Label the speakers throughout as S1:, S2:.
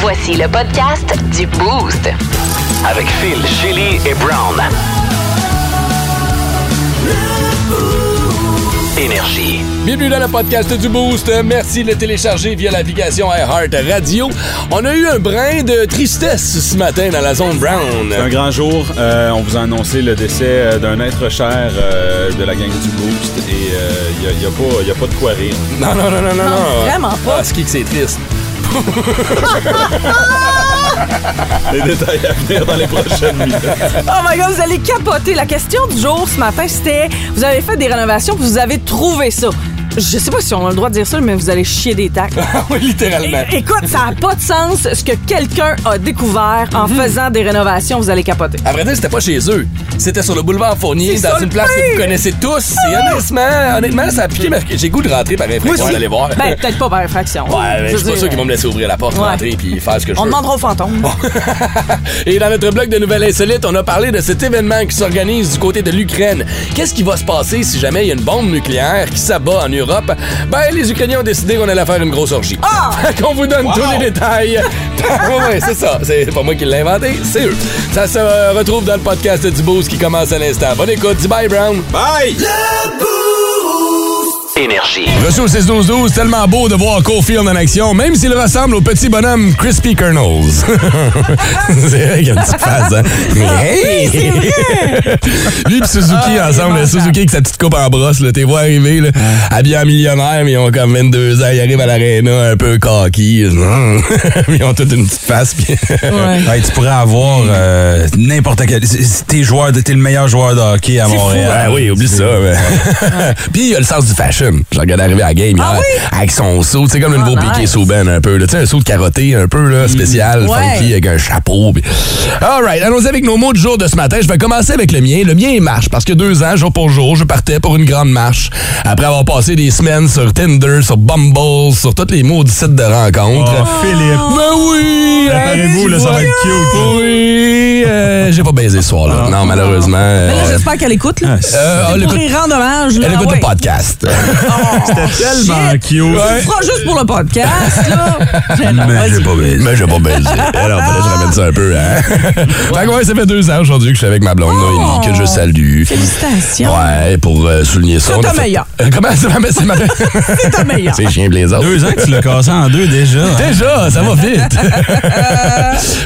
S1: Voici le podcast du Boost.
S2: Avec Phil, Chili et Brown. Énergie.
S3: Bienvenue dans le podcast du Boost. Merci de le télécharger via l'application iHeart Radio. On a eu un brin de tristesse ce matin dans la zone Brown.
S4: C'est un grand jour. Euh, on vous a annoncé le décès euh, d'un être cher euh, de la gang du Boost et il n'y a, y a pas- y a pas de quoi rire.
S3: Non, non, non, non, non. non.
S5: vraiment pas.
S3: Ah, ce qui que c'est triste.
S4: Les détails à venir dans les prochaines minutes.
S5: Oh my god, vous allez capoter. La question du jour ce matin, c'était vous avez fait des rénovations puis vous avez trouvé ça. Je sais pas si on a le droit de dire ça, mais vous allez chier des tacs.
S3: Ah oui, littéralement.
S5: É- Écoute, ça n'a pas de sens ce que quelqu'un a découvert en
S3: Mhm.
S5: faisant des rénovations, vous allez capoter.
S3: À vrai dire, c'était pas chez eux. C'était sur le boulevard Fournier,
S5: C'est
S3: dans
S5: ça
S3: une
S5: le
S3: place que
S5: pire.
S3: vous connaissez tous. Et honnêtement, honnêtement, ça a piqué. ma- J'ai goût de rentrer par infraction,
S5: aussi.
S3: d'aller voir.
S5: Ben, peut-être pas par infraction.
S3: Ouais, mais je suis pas sûr qu'ils vont me laisser ouvrir la porte,
S5: Ouais.
S3: rentrer puis faire ce que je
S5: On
S3: veux. Ah,
S5: demandera aux fantômes.
S3: Et dans notre blog de Nouvelles Insolites, on a parlé de cet événement qui s'organise du côté de l'Ukraine. Qu'est-ce qui va se passer si jamais il y a une bombe nucléaire qui s'abat en Europe? Ben, les Ukrainiens ont décidé qu'on allait faire une grosse orgie. Ah! qu'on vous donne tous les détails. ouais, ouais, c'est ça. C'est pas moi qui l'ai inventé, c'est eux. Ça se euh, retrouve dans le podcast du Boost qui commence à l'instant. Bonne écoute, dis bye, Brown.
S4: Bye!
S2: Énergie.
S3: Reçu au 6-12-12, tellement beau de voir Cofield en action, même s'il ressemble au petit bonhomme Crispy Kernels. c'est vrai qu'il a une petite face, hein?
S2: Ah,
S3: Hey! Lui et Suzuki ensemble, là, Suzuki avec sa petite coupe en brosse, là, t'es vois arriver, là, habillé en millionnaire, mais ils ont comme 22 ans, ils arrivent à l'aréna un peu coquille. ils ont toute une petite face. puis-
S6: Hey, tu pourrais avoir euh, n'importe quel. c'est- c'est- T'es joueur, de- t'es le meilleur joueur de hockey à
S5: hein.
S6: Montréal.
S3: Ah oui, oublie ça. mais- Puis il a le sens du fashion. Je le regardais arriver à la game
S5: Ah
S3: hier, avec son saut, tu sais, comme le nouveau
S5: Ah,
S3: Piqué
S5: nice. Mm-hmm.
S3: Souben un peu. là. Tu sais, un saut de carotté un peu là, spécial,
S5: Ouais.
S3: funky, avec un chapeau. puis- All right, allons-y avec nos mots du jour de ce matin. Je vais commencer avec le mien. Le mien il marche parce que deux ans, jour pour jour, je partais pour une grande marche. Après avoir passé des semaines sur Tinder, sur Bumble, sur tous les mots du site de rencontre.
S5: Oh,
S6: Philippe.
S3: Ben oui!
S6: Préparez-vous, là, ça va être cute,
S5: hein.
S6: là.
S3: Oui! euh, J'ai pas baisé ce soir-là. Non, malheureusement.
S5: Ah, Mais là,
S3: euh,
S5: j'espère qu'elle écoute. Là.
S3: euh, elle
S5: pour
S3: écoute-
S5: lui rendre hommage. là.
S3: elle
S5: Ah ouais.
S3: écoute
S5: Oh,
S3: le podcast.
S6: C'était tellement cute.
S5: Tu le feras juste pour le podcast, là. Gênant.
S6: Mais j'ai
S5: Vas-y.
S6: pas baisé.
S3: Mais j'ai pas baisé. Alors, fallait que je ramène ça un peu. Hein? fait que ouais, ça fait deux ans aujourd'hui que je suis avec ma blonde Noémie,
S6: Oh!
S3: que je salue.
S5: Félicitations.
S3: Ouais, pour euh, souligner ça.
S5: C'est
S3: on a
S5: ta
S3: fait-
S5: meilleure.
S3: Euh, Comment ça va? C'est ma
S5: C'est ta meilleure.
S3: C'est chien blazer.
S6: Deux ans que tu l'as cassé en deux déjà.
S3: Déjà, ça va vite.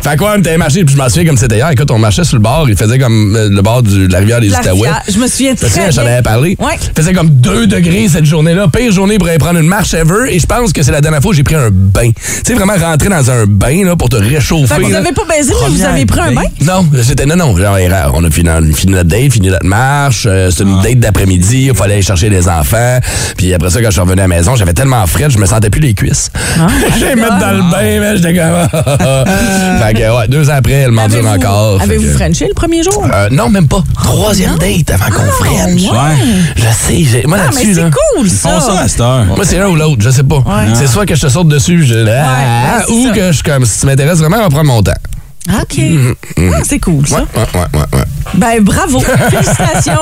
S3: fait quoi, on était marché, puis je m'en souviens comme c'était hier. Écoute, on marchait sur le bord, il faisait comme euh, le bord du- de la rivière des
S5: La
S3: Outaouais.
S5: fière- Je me souviens
S3: Parce
S5: très
S3: que j'en
S5: bien.
S3: avais parlé.
S5: Ouais.
S3: Faisait comme 2 degrés cette journée-là. Pire journée pour aller prendre une marche ever. Et je pense que c'est la dernière fois que j'ai pris un bain. Tu sais, vraiment rentrer dans un bain là, pour te réchauffer.
S5: Fait que vous
S3: là.
S5: avez pas baisé, mais vous avez pris un bain.
S3: Non, c'était non, non. Genre, erreur. on a fini, on a fini notre date, fini notre marche. euh, C'était
S5: Ah.
S3: une date d'après-midi. Il fallait aller chercher les enfants. Puis après ça, quand je suis revenu à la maison, j'avais tellement frais, je me sentais plus les cuisses.
S5: Ah,
S3: je les mettre dans le bain, mais j'étais comme. ah, fait que, ouais, deux ans après, elle m'endure
S5: Euh. Avez-vous-
S3: encore. Fait
S5: Avez-vous
S3: que-
S5: Frenché le premier jour?
S3: Euh, non, même pas. Troisième date avant qu'on French. Je sais, j'ai- moi
S5: Ah, mais
S3: là-dessus.
S5: c'est
S3: là,
S5: cool,
S6: Ils font ça
S5: ça.
S6: à cette heure.
S3: Moi, c'est un ou l'autre, je sais pas. C'est soit que je te saute dessus, je. Ah,
S5: ouais, c'est
S3: ou
S5: ça.
S3: que je suis comme, si tu m'intéresses vraiment, on va prendre mon temps. Mm-hmm.
S5: OK. Ah, c'est cool, ça.
S3: Ouais, ouais, ouais, ouais.
S5: Ben, bravo. Félicitations.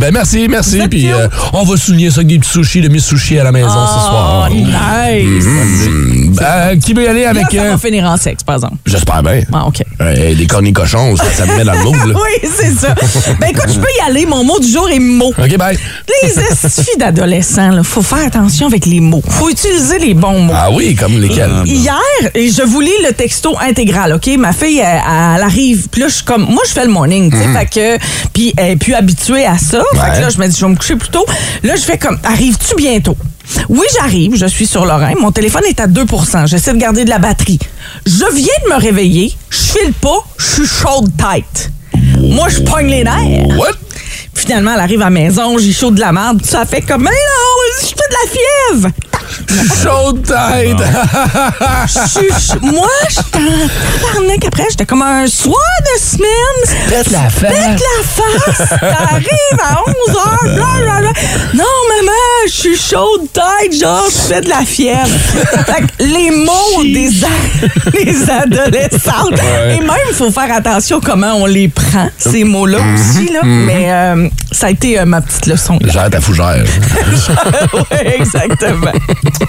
S3: ben merci, merci.
S5: Vous êtes
S3: Puis
S5: cute.
S3: euh, on va souligner ça avec des petits sushis, le mis sushi à la maison ce soir.
S5: Oh, nice.
S3: Mm, euh, qui veut y aller
S5: Là,
S3: avec.
S5: ça
S3: euh,
S5: va finir en sexe, par exemple.
S3: J'espère bien.
S5: Ah, OK.
S3: Euh, des cornets cochons, ça, ça me met dans le mood. là.
S5: Oui, c'est ça. Ben, écoute, je peux y aller. Mon mot du jour est mot.
S3: OK, bye.
S5: Les estifs d'adolescents, là, faut faire attention avec les mots. Faut utiliser les bons mots.
S3: Ah oui, comme lesquels?
S5: Hier, et je vous lis le texto intégral, OK? Ma fille, elle, elle arrive, puis là, je suis comme, moi, je fais le morning, tu sais, fait que, puis elle est plus habituée à ça, fait
S3: Mhm. Ouais.
S5: que là, je me dis, je vais me coucher plus tôt. Là, je fais comme, arrives-tu bientôt? Oui, j'arrive, je suis sur l'oreille, mon téléphone est à 2 j'essaie de garder de la batterie. Je viens de me réveiller, je file pas, je suis chaude tête. Moi, je pogne les nerfs.
S3: What?
S5: Finalement, elle arrive à la maison, j'ai chaud de la merde. Ça fait comme, mais non, je fais de la fièvre.
S3: Chaude tête!
S5: Chuch. Moi, je tabarnak après. J'étais comme un soir de semaine.
S3: Pète la
S5: Pète la face. T'arrives à 11 h blablabla. Non, maman, je suis chaude tête. Genre, je fais de la fièvre. Fait que les mots des, a- des
S3: Mm-hmm.
S5: adolescentes. Et même, il faut faire attention comment on les prend, ces mots-là aussi. Là. Mais euh, euh, ça a été euh, ma petite leçon. hier.
S7: Gère ta fougère.
S5: ouais, exactement.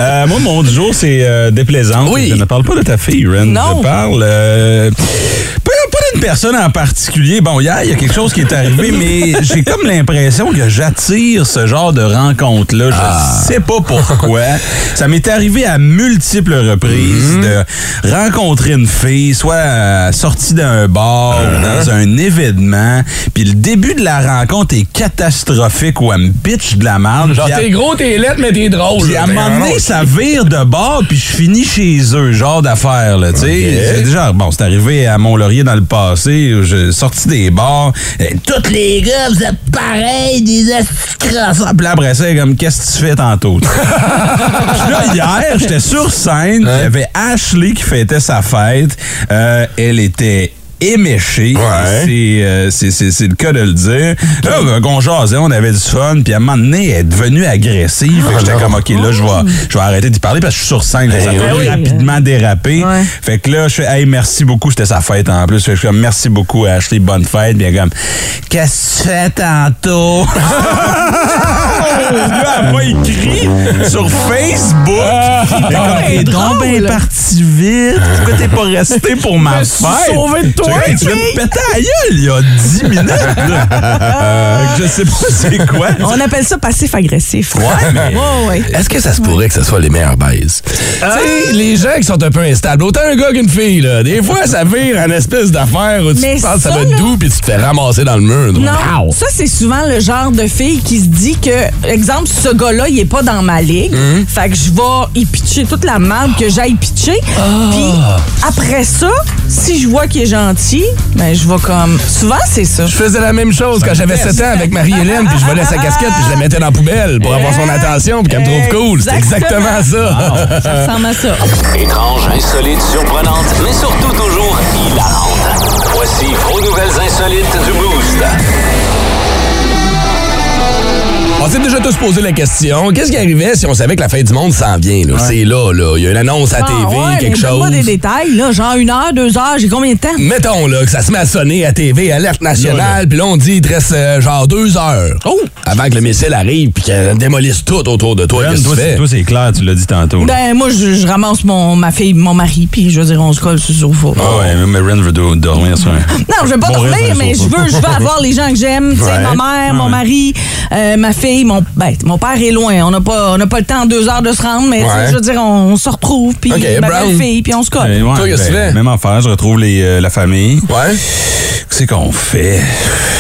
S4: Euh, moi, mon du jour, c'est euh, déplaisant.
S7: Oui.
S4: Je ne parle pas de ta fille, Ren.
S5: Non.
S4: Je parle euh, pas, pas d'une personne en particulier. Bon, hier, il y a quelque chose qui est arrivé, mais j'ai comme l'impression que j'attire ce genre de rencontre-là. Je sais pas pourquoi. Ça m'est arrivé à multiples reprises de rencontrer une fille, soit euh, sortie d'un bar ou dans un événement, puis le début de la rencontre est catastrophique ou elle me pitch de la merde.
S3: Genre,
S4: puis elle-
S3: t'es gros, t'es lettre, mais t'es drôle.
S4: puis
S3: là.
S4: à un moment donné, ça vire de bord, puis je finis chez eux, genre d'affaire, là, tu sais. C'est Déjà, bon, c'est arrivé à Mont-Laurier dans le passé, où je sorti des bars, et tous les gars, vous êtes pareils, des escrocs. Puis là, après ça, comme, qu'est-ce que tu fais tantôt? tu sais? Puis là, hier, j'étais sur scène, il y avait Ashley qui fêtait sa fête, Euh, elle était éméchée,
S7: Ouais.
S4: c'est euh, c'est c'est- c'est le cas de le dire. Là, ben, on jasait, on avait du fun, puis à un moment donné, elle est devenue agressive. Fait que j'étais comme, OK, là, je vais, je vais arrêter d'y parler parce que je suis sur scène. là, ça
S3: Ben
S2: Ben
S4: peut rapidement déraper.
S5: Ouais.
S4: Fait que là, je fais, hey, merci beaucoup. C'était sa fête en plus. Fait que je suis comme, merci beaucoup, Ashley, bonne fête. Bien comme, qu'est-ce que tu fais tantôt? Là, elle m'a écrit sur
S5: Ah.
S4: Facebook. Fait comme, T'es donc bien parti vite. Pourquoi t'es pas resté pour ma fête?
S5: sauvé de toi,
S4: J'ai comme, Tu viens de péter la gueule il y a 10 minutes.
S5: Ah.
S4: là. Fait que je sais pas c'est quoi.
S5: On appelle ça passif-agressif.
S4: Ouais, mais-
S5: Ouais, ouais. Ah!
S7: Est-ce que ça se pourrait que ce soit les meilleures baises?
S3: Tu sais, les gens qui sont un peu instables, autant un gars qu'une fille, là, des fois, ça vire en espèce d'affaire où tu
S5: Mais
S3: penses que ça
S5: ça,
S3: va être
S5: là-
S3: doux puis tu te fais ramasser dans le mur. donc,
S5: Non,
S3: pow!
S5: ça c'est souvent le genre de fille qui se dit que, exemple, ce gars-là, il est pas dans ma ligue,
S3: Mm-hmm.
S5: fait que je vais y pitcher toute la merde que j'aille pitcher.
S3: Ah.
S5: Puis après ça, si je vois qu'il est gentil, ben je vais comme... Souvent c'est ça.
S3: Je faisais la même chose quand j'avais 7 ans avec Marie-Hélène, puis je volais sa casquette, puis je la mettais dans la poubelle pour avoir son attention, puis qu'elle me trouve cool. C'est
S5: Exactement.
S3: exactement ça.
S5: Ça ressemble à ça.
S2: Étrange, insolite, surprenante, mais surtout toujours hilarante. Voici vos nouvelles insolites du Boost.
S3: On s'est déjà tous posé la question, qu'est-ce qui arrivait si on savait que la fin du monde s'en vient? là? C'est là, là. Il y a une annonce à
S5: Ah
S3: TV,
S5: ouais,
S3: quelque
S5: mais donne-moi
S3: chose.
S5: des détails, là, genre une heure, deux heures, j'ai combien de temps?
S3: Mettons là, que ça se met à sonner à TV, alerte nationale, puis là Oh! on dit il te reste euh, genre deux heures. Avant que le missile arrive puis qu'elle démolisse tout autour de toi.
S4: Ren,
S3: Qu'est-ce que
S4: toi,
S3: tu
S4: c'est-
S3: fais?
S4: toi, c'est clair, tu l'as dit tantôt. là.
S5: Ben moi, je, je ramasse mon, ma fille, mon mari, puis je veux dire, on se colle sur le sofa.
S4: Ah ouais, mais Ren veut do- dormir sur un.
S5: Non, je veux pas
S4: Bon rêve,
S5: dormir,
S4: un
S5: mais je
S4: sofa.
S5: veux, je veux avoir les gens que j'aime. Tu sais,
S4: Ouais.
S5: Ma mère, mon
S4: Ouais.
S5: mari, euh, ma fille, mon, ben, mon père est loin. On n'a pas, on n'a pas le temps en deux heures de se rendre, mais tu sais,
S3: Ouais.
S5: je veux dire, on, on se retrouve, puis
S3: Ok,
S5: ma
S3: Brown.
S5: belle-fille, puis on se colle.
S4: Ouais, ouais,
S3: Toi, qu'est-ce que tu
S4: ben,
S3: fais?
S4: Même affaire, je retrouve les, euh, la famille.
S3: Ouais.
S4: Qu'est-ce qu'on fait?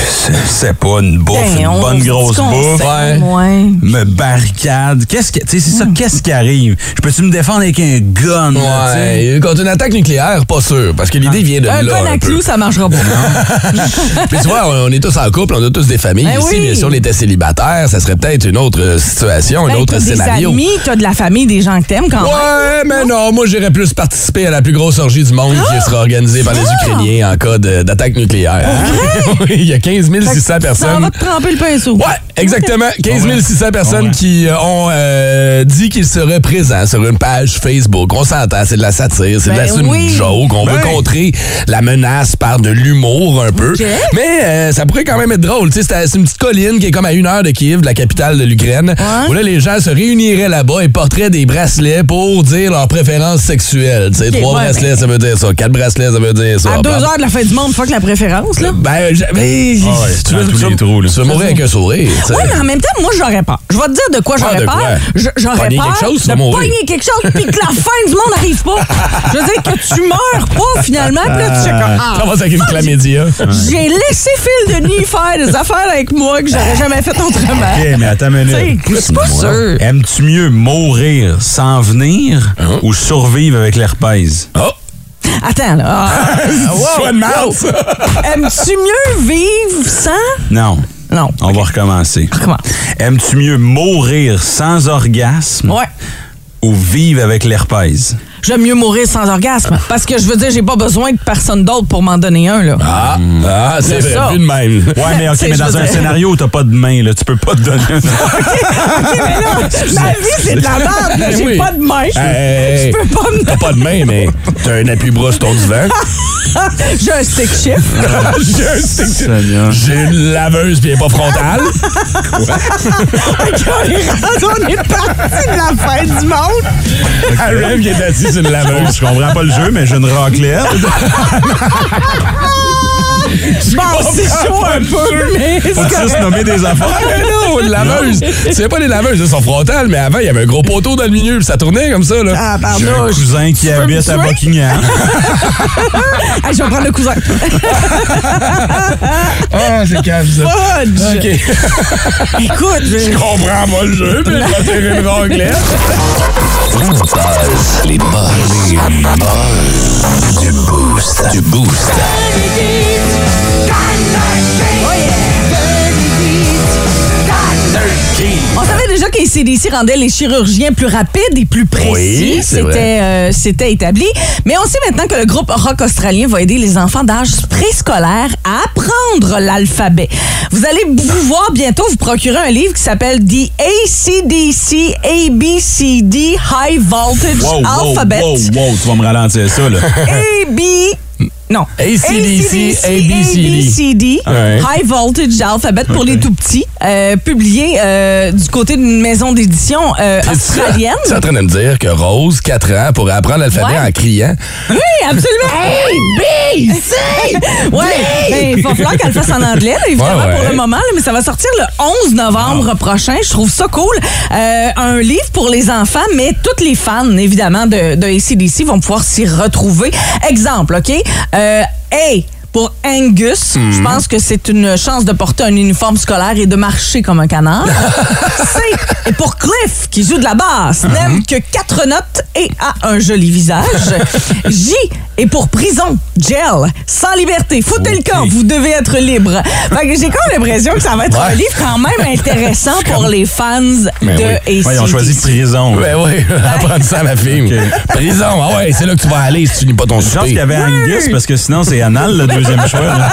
S4: C'est- C'est pas une bouffe,
S5: Ben,
S4: une
S5: on
S4: bonne
S5: se
S4: grosse bouffe.
S5: concentre, ouais.
S4: Me barricade. Qu'est-ce que. Tu sais,
S3: Hmm.
S4: c'est ça, qu'est-ce qui arrive? Je peux-tu me défendre avec un gun? là, tu sais? Ah.
S3: Ouais. Contre une attaque nucléaire, pas sûr, parce que l'idée vient de
S5: Un
S3: là.
S5: con
S3: un
S5: à
S3: peu.
S5: clous, ça marchera pas.
S3: Puis tu vois, on on est tous en couple, on a tous des familles
S5: Ben
S3: ici,
S5: oui.
S3: mais si on était célibataire, ça serait peut-être une autre euh, situation, un
S5: Ben,
S3: autre
S5: t'as des
S3: scénario.
S5: amis, t'as de la famille, des gens que t'aimes quand même.
S3: Ouais, mais non, moi j'irais plus participer à la plus grosse orgie du monde
S5: Ah!
S3: qui sera organisée par les Ukrainiens en cas de- d'attaque nucléaire. Oui, Il y a 15 600
S5: Ça va
S3: personnes.
S5: te tremper le pinceau. Ah
S3: Ouais,
S4: Ah
S3: exactement. 15 600 personnes qui euh, ont euh, dit qu'ils seraient présents sur une page Facebook. On s'entend, c'est de la satire, c'est de la
S5: Ben
S3: c'est une
S5: oui.
S3: joke. On veut
S4: Ben.
S3: contrer la menace par de l'humour un peu.
S5: Ok.
S3: Mais euh, ça pourrait quand même être drôle. Tu sais, C'est à- c'est une petite colline qui est comme à une heure de Kiev, de la capitale de l'Ukraine, où là, les gens se réuniraient là-bas et porteraient des bracelets pour dire leurs préférences sexuelles. Tu sais,
S5: Ok,
S3: Trois
S5: ouais, ben.
S3: bracelets, ça veut dire ça. Quatre bracelets, ça veut dire ça.
S5: À deux
S3: Blah,
S5: heures de la fin du monde, fuck la préférence, là.
S3: ben, je- mais-
S4: Ah ouais,
S3: tu
S4: dans
S3: veux,
S4: tous
S3: tu
S4: les
S3: veux-
S4: trous, là.
S3: tu veux mourir avec un sourire. tu sais.
S5: Oui, mais en même temps, moi, j'aurais peur. Je vais te dire de quoi
S3: Peur
S5: j'aurais
S3: de
S5: peur.
S3: quoi?
S5: Je- J'aurais
S3: Pogner
S5: peur
S3: quelque chose, tu vas
S5: de
S3: mourir.
S5: pogner quelque chose puis que la fin du monde n'arrive pas. Je veux dire que tu meurs pas, Oh, finalement. Puis là, tu fais comme, ah,
S3: Commence avec une clamédia.
S5: j'ai laissé Phil de nuit faire des affaires avec moi que j'aurais jamais fait autrement.
S4: Ok, mais attends une
S5: Tu sais,
S4: minute.
S5: Je suis pas sûr.
S4: Aimes-tu mieux mourir sans venir ou survivre avec l'herpès?
S3: Ah Oh!
S5: Attends, là. Ah.
S3: Sois de mouth!
S5: Aimes-tu mieux vivre sans?
S4: Non.
S5: Non. Ah,
S4: On va recommencer.
S5: Comment?
S4: Aimes-tu mieux mourir sans orgasme
S5: Ouais.
S4: ou vivre avec l'herpès?
S5: J'aime mieux mourir sans orgasme. Parce que je veux dire, j'ai pas besoin de personne d'autre pour m'en donner un, là.
S3: Ah,
S4: Mm.
S3: ah c'est
S5: C'est ça.
S3: vrai, vu de même.
S4: Ouais, mais ok,
S5: T'sais,
S4: mais
S5: je
S4: dans
S5: veux
S4: un
S5: dire-
S4: scénario où t'as pas de main, là, tu peux pas te donner.
S5: Ah Mais là, ma vie, c'est de la merde.
S2: Ben
S5: là. J'ai
S3: Ben Oui.
S5: pas de main. Je peux-
S3: Hey, hey, hey.
S5: je peux pas me
S3: T'as pas de main, mais t'as un appui-bras sur ton divan.
S5: J'ai un stick shift.
S2: J'ai un stick-
S4: Seigneur.
S2: J'ai une laveuse puis elle est pas frontale.
S5: on est rendu, on est parti de la fin du monde.
S2: Karen qui est assise sur une laveuse.
S4: Je comprends pas le jeu, mais j'ai une raclette.
S5: Bon, c'est chaud un peu, mais c'est
S4: Faut juste
S5: correct.
S4: nommer des affaires.
S2: Ah, mais non, une laveuse. C'est pas des laveuses, elles sont frontales, mais avant, il y avait un gros poteau dans le milieu, puis ça tournait comme ça, là.
S5: Ah,
S4: J'ai un
S5: pardon.
S4: cousin qui
S5: veux me
S4: habite à
S5: tuer?
S4: Buckingham.
S5: Ah, je vais prendre le cousin.
S2: Ah, c'est calme, ça.
S5: Fudge.
S2: OK.
S5: Écoute, je-
S2: comprends pas le jeu, mais je vais tirer une raclette.
S8: Les buzz. Les buzz. Du boost. Du boost.
S5: on savait déjà que les CDC rendaient les chirurgiens plus rapides et plus précis.
S3: Oui, c'est vrai.
S5: C'était euh, c'était établi. Mais on sait maintenant que le groupe rock australien va aider les enfants d'âge préscolaire à apprendre l'alphabet. Vous allez pouvoir bientôt vous procurer un livre qui s'appelle The ACDC ABCD High Voltage
S4: Wow, wow,
S5: Alphabet.
S4: wow, wow, tu vas me ralentir ça, là.
S5: A, B. Non.
S2: ACDC,
S5: ABCD.
S2: Ouais.
S5: High Voltage Alphabet pour les tout petits. euh, publié euh, du côté d'une maison d'édition euh, australienne.
S3: Tu es en train de me dire que Rose, 4 ans, pourrait apprendre l'alphabet
S5: Ouais.
S3: en criant.
S5: Oui, absolument. A, B, C. Ouais. mais Il va falloir qu'elle le fasse en anglais, là, évidemment,
S3: Ouais, ouais.
S5: pour le moment, là, mais ça va sortir le 11 novembre prochain. Je trouve ça cool. Euh, un livre pour les enfants, mais toutes les fans, évidemment, de, de ACDC vont pouvoir s'y retrouver. Exemple, OK? Euh, A, Pour Angus,
S3: Mhm.
S5: je pense que c'est une chance de porter un uniforme scolaire et de marcher comme un canard. C est pour Cliff, qui joue de la basse,
S3: Mhm.
S5: n'aime que quatre notes et a un joli visage. J est pour prison, gel, sans liberté. Foutez le camp, vous devez être libre. Fait que j'ai comme l'impression que ça va être un
S3: Ouais.
S5: livre quand même intéressant pour les fans de AC/DC.
S4: Ouais, ils ont choisi prison. là.
S3: Ben oui, apprendre ça à ma fille. Prison, ah ouais, c'est là que tu vas aller si tu lis pas ton
S4: Une chance qu'il y
S3: souper.
S4: avait Angus, parce que sinon, c'est anal, le deuxième choix.
S5: Hein?
S4: là.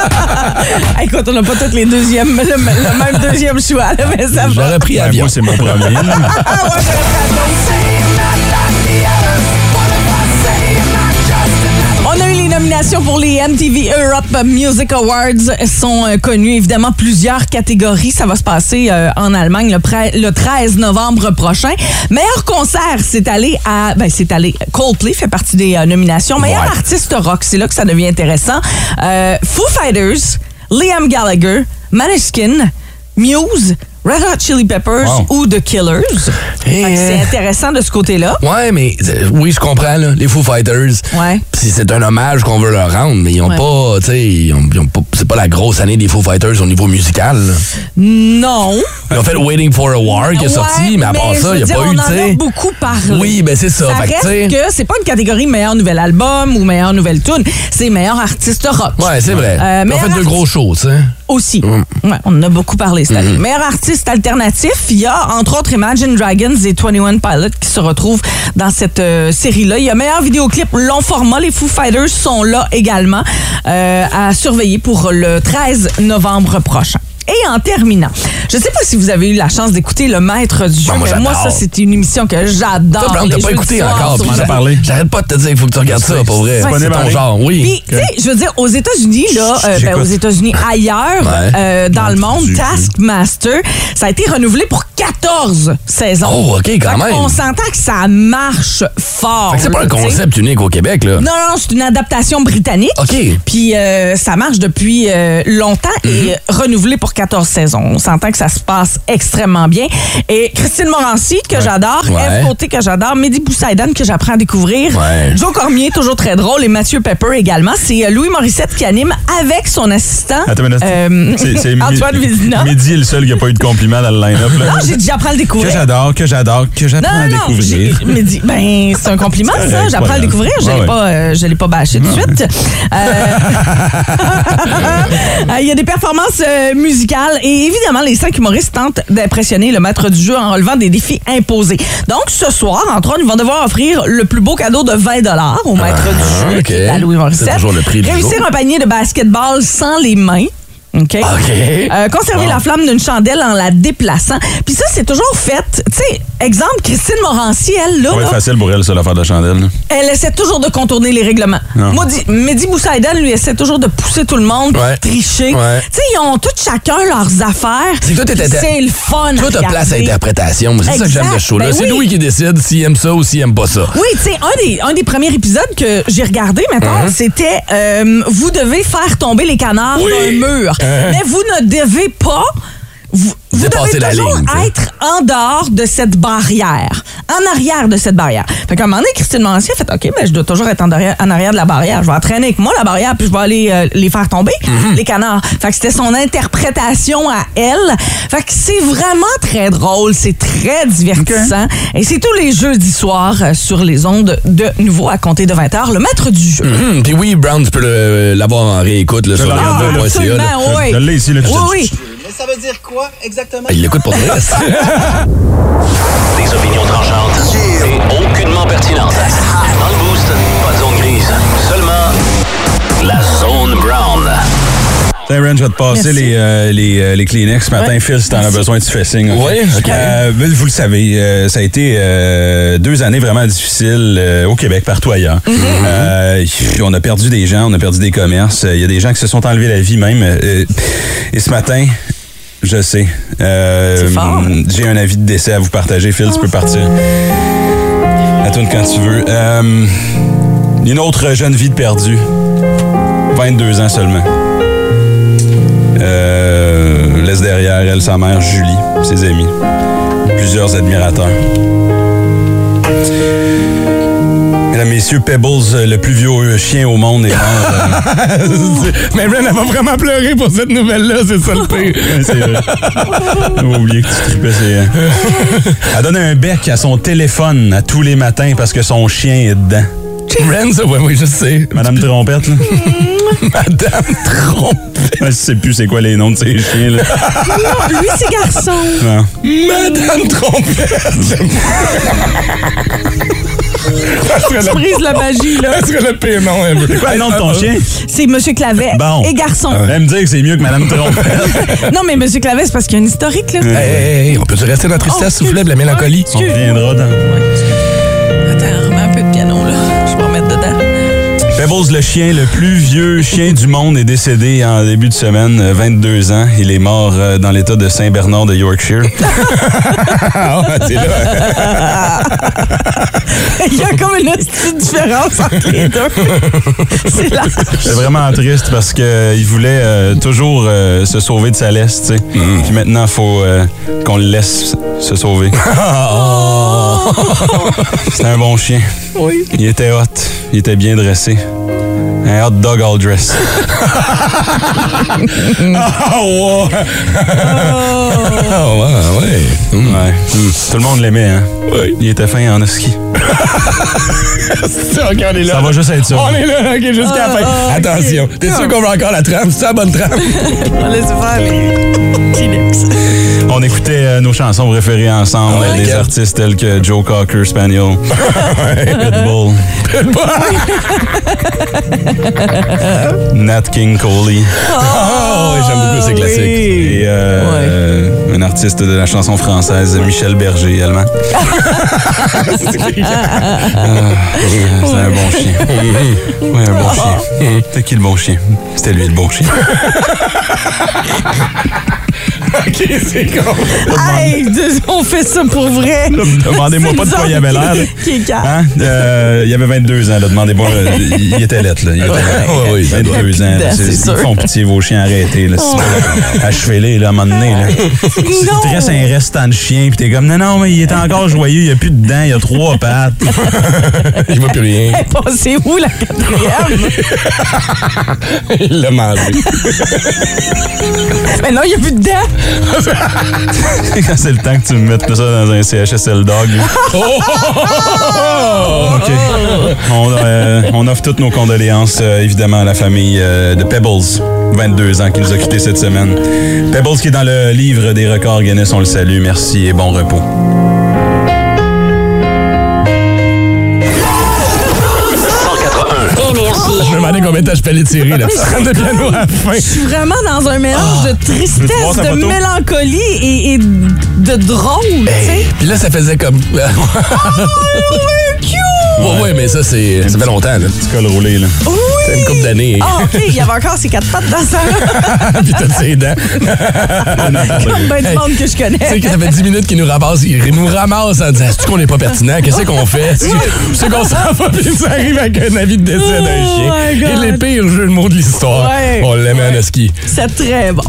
S5: Écoute, on n'a pas tous les deuxièmes, le, le même deuxième choix, là, mais ça va.
S3: J'aurais pris
S4: Ben,
S3: avion.
S4: moi, c'est mon premier.
S5: Ah ouais, j'aurais pris la dose. On a eu les nominations pour les MTV Europe Music Awards. Elles sont euh, connues évidemment plusieurs catégories. Ça va se passer euh, en Allemagne le, pre- le 13 novembre prochain. Meilleur concert, c'est allé à ben c'est allé Coldplay fait partie des euh, nominations. Meilleur artiste rock, c'est là que ça devient intéressant. Euh, Foo Fighters, Liam Gallagher, Maneskin, Muse, Red Hot Chili Peppers
S3: Wow.
S5: ou The Killers.
S3: Eh,
S5: Fait que C'est
S3: eh.
S5: intéressant de ce côté-là.
S3: Ouais, mais euh, oui, je comprends, là, les Foo Fighters.
S5: Ouais.
S3: Puis c'est un hommage qu'on veut leur rendre, mais ils ont
S5: Ouais.
S3: pas, tu sais, ils ont- ils ont pas- c'est pas la grosse année des Foo Fighters au niveau musical. là.
S5: Non.
S3: Ils ont fait Waiting for a War qui
S5: Ouais,
S3: est sorti, mais à part
S5: je
S3: ça,
S5: veux
S3: il n'y a
S5: dire,
S3: pas eu, tu
S5: On en a
S3: sais.
S5: beaucoup parlé.
S3: Oui, ben c'est ça.
S5: Ça
S3: Fait que,
S5: reste
S3: tu sais-
S5: que c'est pas une catégorie meilleur nouvel album ou meilleur nouvelle tune, c'est meilleur artiste rock
S3: Ouais, c'est vrai.
S5: Euh,
S3: ils ont
S5: mais
S3: fait
S5: alors-
S3: deux gros shows, tu sais. Mm. Mm-hmm.
S5: aussi. Ouais, on en a beaucoup parlé cette année. Meilleur artiste alternatif, il y a entre autres Imagine Dragons et 21 Pilots qui se retrouvent dans cette euh, série-là. Il y a meilleur vidéoclip long format. Les Foo Fighters sont là également euh, à surveiller pour le 13 novembre prochain. Et en terminant, je sais pas si vous avez eu la chance d'écouter Le Maître du jeu,
S3: moi,
S5: mais moi,
S3: j'adore.
S5: ça, c'est une émission que j'adore.
S3: Toi, Brown, t'as
S5: Les
S3: pas
S5: jeudis
S3: écouté
S5: soirs
S3: encore.
S5: sur
S3: puis
S4: on en a
S3: j'a-
S4: parlé.
S3: J'arrête pas de te dire, il faut que tu regardes ça, pour vrai.
S5: Ouais,
S3: C'est
S5: c'est
S3: ton
S4: pareil.
S3: genre, oui.
S5: Puis, tu sais, je veux dire, aux États-Unis, là, euh, ben, aux États-Unis, ailleurs,
S3: Ouais.
S5: euh, dans le monde,
S4: Entendu.
S5: Taskmaster, ça a été renouvelé pour 14 saisons.
S3: Oh, OK, quand même.
S5: On s'entend que ça marche fort.
S3: Fait que c'est pas
S5: là,
S3: un
S5: tu sais.
S3: concept unique au Québec, là.
S5: Non, non, c'est une adaptation britannique.
S3: OK.
S5: Puis euh, ça marche depuis euh, longtemps
S4: Mm-hmm.
S5: et euh, renouvelé pour 14 saisons. On s'entend que ça se passe extrêmement bien. Et Christine Morancy, que j'adore,
S3: Ouais.
S5: Eve Côté, que j'adore, Mehdi Boussaïdan, que j'apprends à découvrir,
S3: Ouais.
S5: Joe Cormier, toujours très drôle, et Mathieu Pepper également. C'est euh, Louis Morissette qui anime avec son assistant
S4: Attends, mais
S5: euh,
S4: c'est- c'est
S5: Antoine
S4: Mi-
S5: Vézina.
S4: Mehdi est le seul qui n'a pas eu de compliment dans le line-up. là.
S5: Non, j'ai dit j'apprends à le
S4: Que
S5: découvrir.
S4: j'adore, que j'adore, que j'apprends
S5: Non,
S4: à
S5: non, non.
S4: découvrir.
S5: j'ai- Mais dis, ben, c'est un compliment,
S4: C'est
S5: ça.
S4: correct,
S5: J'apprends à
S4: pas
S5: le découvrir. Je
S4: grave.
S5: ne l'ai
S4: Ouais,
S5: pas, euh, je l'ai pas bâché tout de suite. Euh, Euh, Il y a des performances euh, musicales et évidemment, les cinq humoristes tentent d'impressionner le maître du jeu en relevant des défis imposés. Donc, ce soir, entre autres, ils vont devoir offrir le plus beau cadeau de 20 au
S4: Ah,
S5: maître du jeu,
S3: ok.
S5: qui est à Louis Morissette.
S3: C'est toujours le prix du
S5: Réussir
S3: jour. Ah,
S5: un panier de basketball sans les mains. OK?
S3: OK.
S5: Euh, conserver la flamme d'une chandelle en la déplaçant. Puis ça, c'est toujours fait. Tu sais, exemple, Christine Morancy, elle, là,
S4: Ça va
S5: là,
S4: être facile pour elle, ça, l'affaire de la chandelle. là.
S5: elle essaie toujours de contourner les règlements.
S4: Non.
S5: Maudit- Mehdi Boussaïdan, lui, essaie toujours de pousser tout le monde,
S3: Ouais.
S5: tricher.
S3: Ouais.
S5: Tu sais, ils ont tous chacun leurs affaires.
S3: C'est que toi, t'es-
S5: C'est le fun.
S3: Toi, t'as
S5: regarder.
S3: place à l'interprétation. C'est ça que j'aime de
S5: Exact.
S3: ce show-là.
S5: Ben
S3: c'est
S5: oui.
S3: Louis qui décide s'il aime ça ou s'il aime pas ça.
S5: Oui, tu sais, un des, un des premiers épisodes que j'ai regardé, maintenant, c'était euh, Vous devez faire tomber les canards
S3: Oui.
S5: d'un mur.
S3: Hein.
S5: Mais vous ne devez pas. Vous, vous
S3: Dépasser
S5: devez
S3: la
S5: toujours
S3: ligne, tu sais.
S5: être en dehors de cette barrière, en arrière de cette barrière. Fait qu'à un moment donné, Christine Mancier a fait OK, mais je dois toujours être en, derrière- en arrière de la barrière. Je vais entraîner avec moi la barrière, puis je vais aller euh, les faire tomber,
S3: Mm-hmm.
S5: les canards. Fait que c'était son interprétation à elle. Fait que c'est vraiment très drôle, c'est très divertissant. Et c'est tous les jeudis soirs euh, sur les ondes de nouveau à compter de 20h, le maître du jeu.
S3: Hum, Puis oui, Brown, tu peux le- euh, l'avoir en réécoute là, sur
S4: le regarde,
S3: le
S5: Ah,
S3: radio.ca, là.
S5: absolument, oui.
S4: Je l'ai ici, là,
S5: Oui,
S4: tu-
S5: oui.
S9: Mais ça veut dire quoi exactement?
S3: Il l'écoute pour le reste.
S8: Des opinions tranchantes et aucunement pertinentes. Dans le boost, pas de zone grise, seulement la zone brown.
S4: Tiens, Ren, je vais te passer
S5: Merci.
S4: les, euh, les, euh, les Kleenex ce matin.
S5: Ouais.
S4: Phil, si t'en as besoin, tu fais signe.
S3: Oui, OK.
S4: Euh, mais vous le savez, euh, ça a été euh, deux années vraiment difficiles euh, au Québec, partout ailleurs.
S5: Mm-hmm.
S4: Euh, on a perdu des gens, on a perdu des commerces. Il y a des gens qui se sont enlevés la vie même. Euh, et ce matin... Je sais. Euh,
S5: C'est fort.
S4: J'ai un avis de décès à vous partager. Phil, tu peux partir. À toi quand tu veux. Euh, une autre jeune vie de perdue. 22 ans seulement. Euh, laisse derrière elle sa mère Julie, ses amis, plusieurs admirateurs. Mesdames, messieurs, Pebbles, euh, le plus vieux euh, chien au monde, est mort. euh,
S3: Mais Ren, elle va vraiment pleurer pour cette nouvelle-là, c'est ça le pire.
S4: euh, c'est vrai. J'avais oublié que tu tripais, c'est, euh. Elle donne un bec à son téléphone à tous les matins parce que son chien est dedans.
S3: Ren, ça, ouais, oui, je sais.
S4: Madame Trompette, là.
S3: Madame Trompe.
S4: Je sais plus c'est quoi les noms de ces chiens, là.
S5: Non, lui, c'est garçon.
S4: Non.
S3: Madame Trompette. ça serait
S5: Je
S3: le,
S5: brise la magie, là.
S3: ça serait le pire nom ever.
S4: C'est quoi le nom de
S3: Euh,
S4: ton chien?
S5: C'est Monsieur Clavet
S4: Bon.
S5: et garçon.
S3: Ah
S4: Elle me dire que c'est mieux que Madame Trompette.
S5: Non, mais Monsieur Clavet, c'est parce qu'il y a une historique, là.
S3: Hey, hey, hey, on peut-tu rester dans la tristesse,
S5: Oh.
S3: s'il vous plaît, puis la mélancolie?
S4: On reviendra dans...
S5: Attends, remets un peu de piano, Euh, là. Je vais en mettre dedans.
S4: Pebbles, le chien, le plus vieux chien du monde, est décédé en début de semaine, euh, 22 ans. Il est mort euh, dans l'État de Saint-Bernard de Yorkshire.
S3: Ah, c'est là.
S5: Il y a comme une petite différence entre les deux. C'est là.
S4: C'est vraiment triste parce que euh, il voulait euh, toujours euh, se sauver de sa laisse, tu sais.
S3: Mm-hmm.
S4: Puis maintenant, faut euh, qu'on le laisse se sauver.
S3: Oh!
S4: C'était un bon chien.
S5: Oui.
S4: Il était hot. Il était bien dressé. Un hot dog all dressed.
S3: Oh, ouais. Ah, ouais, ouais.
S4: Ouais. Tout le monde l'aimait, hein?
S3: Mm. Oui.
S4: Il était fin en ski.
S3: Ça, OK, on est là.
S4: Ça va juste être ça.
S3: On est là, OK, jusqu'à la fin.
S5: Ah, ok.
S3: Attention, t'es sûr qu'on veut encore la trame? C'est la bonne trame?
S5: On laisse faire les Kleenex.
S4: On écoutait euh, nos chansons préférées ensemble,
S3: Ah, Ouais.
S4: des artistes tels que Joe Cocker Spaniel, Pitbull, Nat King Cole,
S2: Ah,
S3: Oh, oui, j'aime beaucoup ces classiques.
S4: et euh, euh, un artiste de la chanson française, Michel Berger, allemand. Ah, C'est un bon chien. Oui, un bon chien. C'était qui le bon chien? C'était lui le bon chien.
S3: OK, c'est con.
S5: Hey, on fait ça pour vrai.
S4: Demandez-moi pas de quoi il avait l'air. là.
S5: Qui est calme.
S4: Hein? Euh, il avait 22 ans, là. Demandez-moi. Il il était lettre, là. Il était
S3: Ouais, ouais, ça doit
S4: 22 ans. là.
S5: être.
S4: C'est-
S5: C'est sûr.
S4: Ils font pitié, vos chiens arrêtés, là. C'est- Achevez-les, là, à un moment donné, là. Tu
S5: Non.
S4: dresses un restant de chien, puis t'es comme, non, non, mais il est encore joyeux, il n'y a plus de dents, il a trois pattes.
S3: Il voit plus rien.
S5: Hey, Eh, passez où la quatrième?
S3: Il l'a mangé.
S5: Mais non, il n'y a plus de dents.
S4: Quand c'est le temps que tu me mettes ça dans un CHSL dog, là.
S3: Oh!
S4: OK. On, euh, on offre toutes nos condoléances, euh, évidemment, à la famille euh, de Pebbles, 22 ans, qui nous a quittés cette semaine. Pebbles qui est dans le livre des records Guinness, on le salue. Merci et bon repos.
S8: Énergie.
S10: Énergie.
S3: demandé combien de temps je peux aller tirer, là. Prendre le piano à la fin. Ah.
S5: Je suis vraiment dans un mélange de tristesse,
S4: Ah! Veux-tu voir sa
S5: de
S4: photo?
S5: mélancolie et, et de drôle, tu sais.
S3: Puis là, ça faisait comme. Ouais, ouais, mais ça, c'est. Ça fait longtemps, là.
S4: Petit col roulé, là.
S5: Oui!
S3: C'est une couple d'années.
S5: Ah, OK, il y avait encore ses quatre pattes dans sa
S3: Puis toutes ses dents.
S5: comme ben du monde que je
S3: Tu sais
S5: connais.
S3: que ça fait 10 minutes qu'il nous ramasse, il nous ramasse en disant Est-ce qu'on n'est pas pertinent Qu'est-ce qu'on fait C'est- C'est qu'on s'en va, puis ça arrive avec un avis de décès d'un
S5: Oh my
S3: chien.
S5: God.
S3: Et les pires jeux de mots de l'histoire.
S5: Ouais.
S3: On l'aimait à ski.
S5: C'est très bon.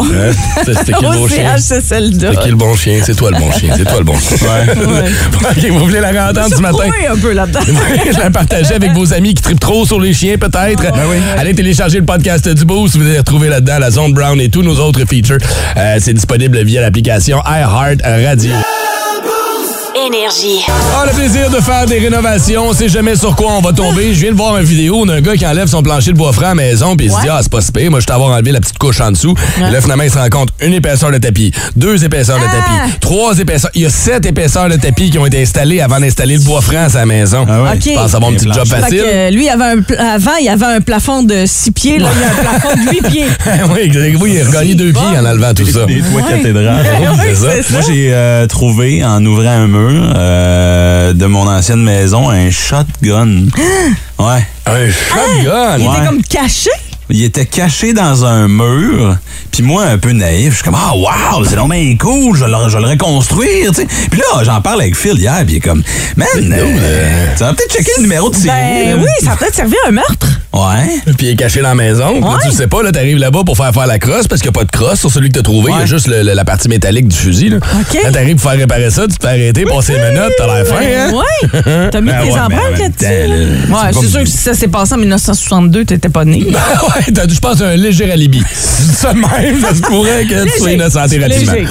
S3: C'est- C'était qui le
S5: Au
S3: beau chien
S5: CHSLD.
S3: C'est qui le bon chien C'est toi le bon chien. C'est toi le bon chien. Ok, vous voulez la
S5: Je
S3: réentendre
S5: suis
S3: du matin
S5: retrouvée un peu là-dedans.
S3: je la partageais avec vos amis qui tripent trop sur les chiens, peut-être. Allez télécharger le podcast du Boost. Vous allez retrouver là-dedans la Zone Brown et tous nos autres features. Euh, c'est disponible via l'application iHeart Radio.
S11: Énergie.
S3: Ah, le plaisir de faire des rénovations. On sait jamais sur quoi on va tomber. Je viens de voir une vidéo d'un gars qui enlève son plancher de bois franc à maison puis il se dit, ah, c'est pas si pire. Moi, je t'avoir enlevé la petite couche en dessous. Et Là, finalement, il se rend compte une épaisseur de tapis, deux épaisseurs de
S5: Ah!
S3: tapis, trois épaisseurs. Il y a sept épaisseurs de tapis qui ont été installées avant d'installer le bois franc à sa maison.
S4: Ah ouais?
S5: OK.
S3: Je pense avoir un
S4: Les
S3: petit job
S4: planchers.
S5: Fait
S3: facile.
S5: que, euh, lui, il avait un pla- avant, il avait un plafond de 6 pieds. Là, il y a un plafond de 8 pieds.
S3: oui, exact. oui, il a regagné deux pieds en enlevant tout ça.
S4: Des toits
S5: Ouais.
S4: cathédrales.
S5: Ouais,
S3: ça.
S5: c'est ça.
S4: Moi, j'ai euh, trouvé, en ouvrant un mur euh, de mon ancienne maison, un shotgun. Ouais.
S3: Un shotgun!
S5: Hein? Il était
S4: Ouais.
S5: comme caché.
S4: Il était caché dans un mur. Puis moi, un peu naïf, je suis comme « Ah, wow, c'est dommage cool, je vais le, je vais le reconstruire. tu sais. » Puis là, j'en parle avec Phil hier, puis il est comme « Man, euh, tu vas peut-être checker le numéro de série. là.
S5: Ben oui, ça a peut-être servi à un meurtre.
S4: Ouais.
S3: Puis il est caché dans la maison. Puis là,
S5: Ouais.
S3: tu le sais pas, là, t'arrives là-bas pour faire faire la crosse parce qu'il n'y a pas de crosse sur celui que t'as trouvé. Il y a
S4: Ouais.
S3: juste le- le- la partie métallique du fusil. Là,
S5: OK.
S3: Là, t'arrives pour faire réparer ça, tu te fais arrêter, passer les menottes, t'as l'air fin, hein?
S5: Ouais. T'as mis
S4: Ben
S5: tes
S4: ouais, mais en
S5: empreintes
S4: même
S5: là-dessus.
S4: temps, là, c'est
S5: Ouais,
S4: pas
S5: c'est
S4: mon-
S5: sûr que si ça s'est passé en 1962, t'étais pas né.
S3: Ben ouais, t'as- je pense un léger alibi. Je dis ça de même, ça se pourrait que tu sois
S5: Léger.
S3: innocenté rapidement.
S5: Léger.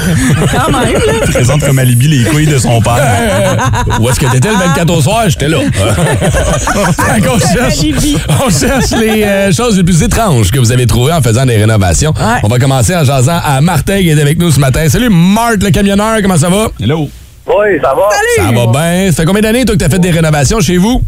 S5: Quand même, là.
S4: Présente comme alibi les couilles de son père.
S3: Euh, où est-ce que t'étais
S5: Ah.
S3: le 24 au soir? J'étais là.
S2: Ah,
S3: Fait qu'on cherche, on cherche les euh, choses les plus étranges que vous avez trouvées en faisant des rénovations.
S5: Ouais.
S3: On va commencer en jasant à Martin qui est avec nous ce matin. Salut Marthe, le camionneur, comment ça va?
S4: Hello.
S2: Oui, ça va.
S3: Ça va bien. Ça fait combien d'années, toi, que t'as fait des rénovations chez vous?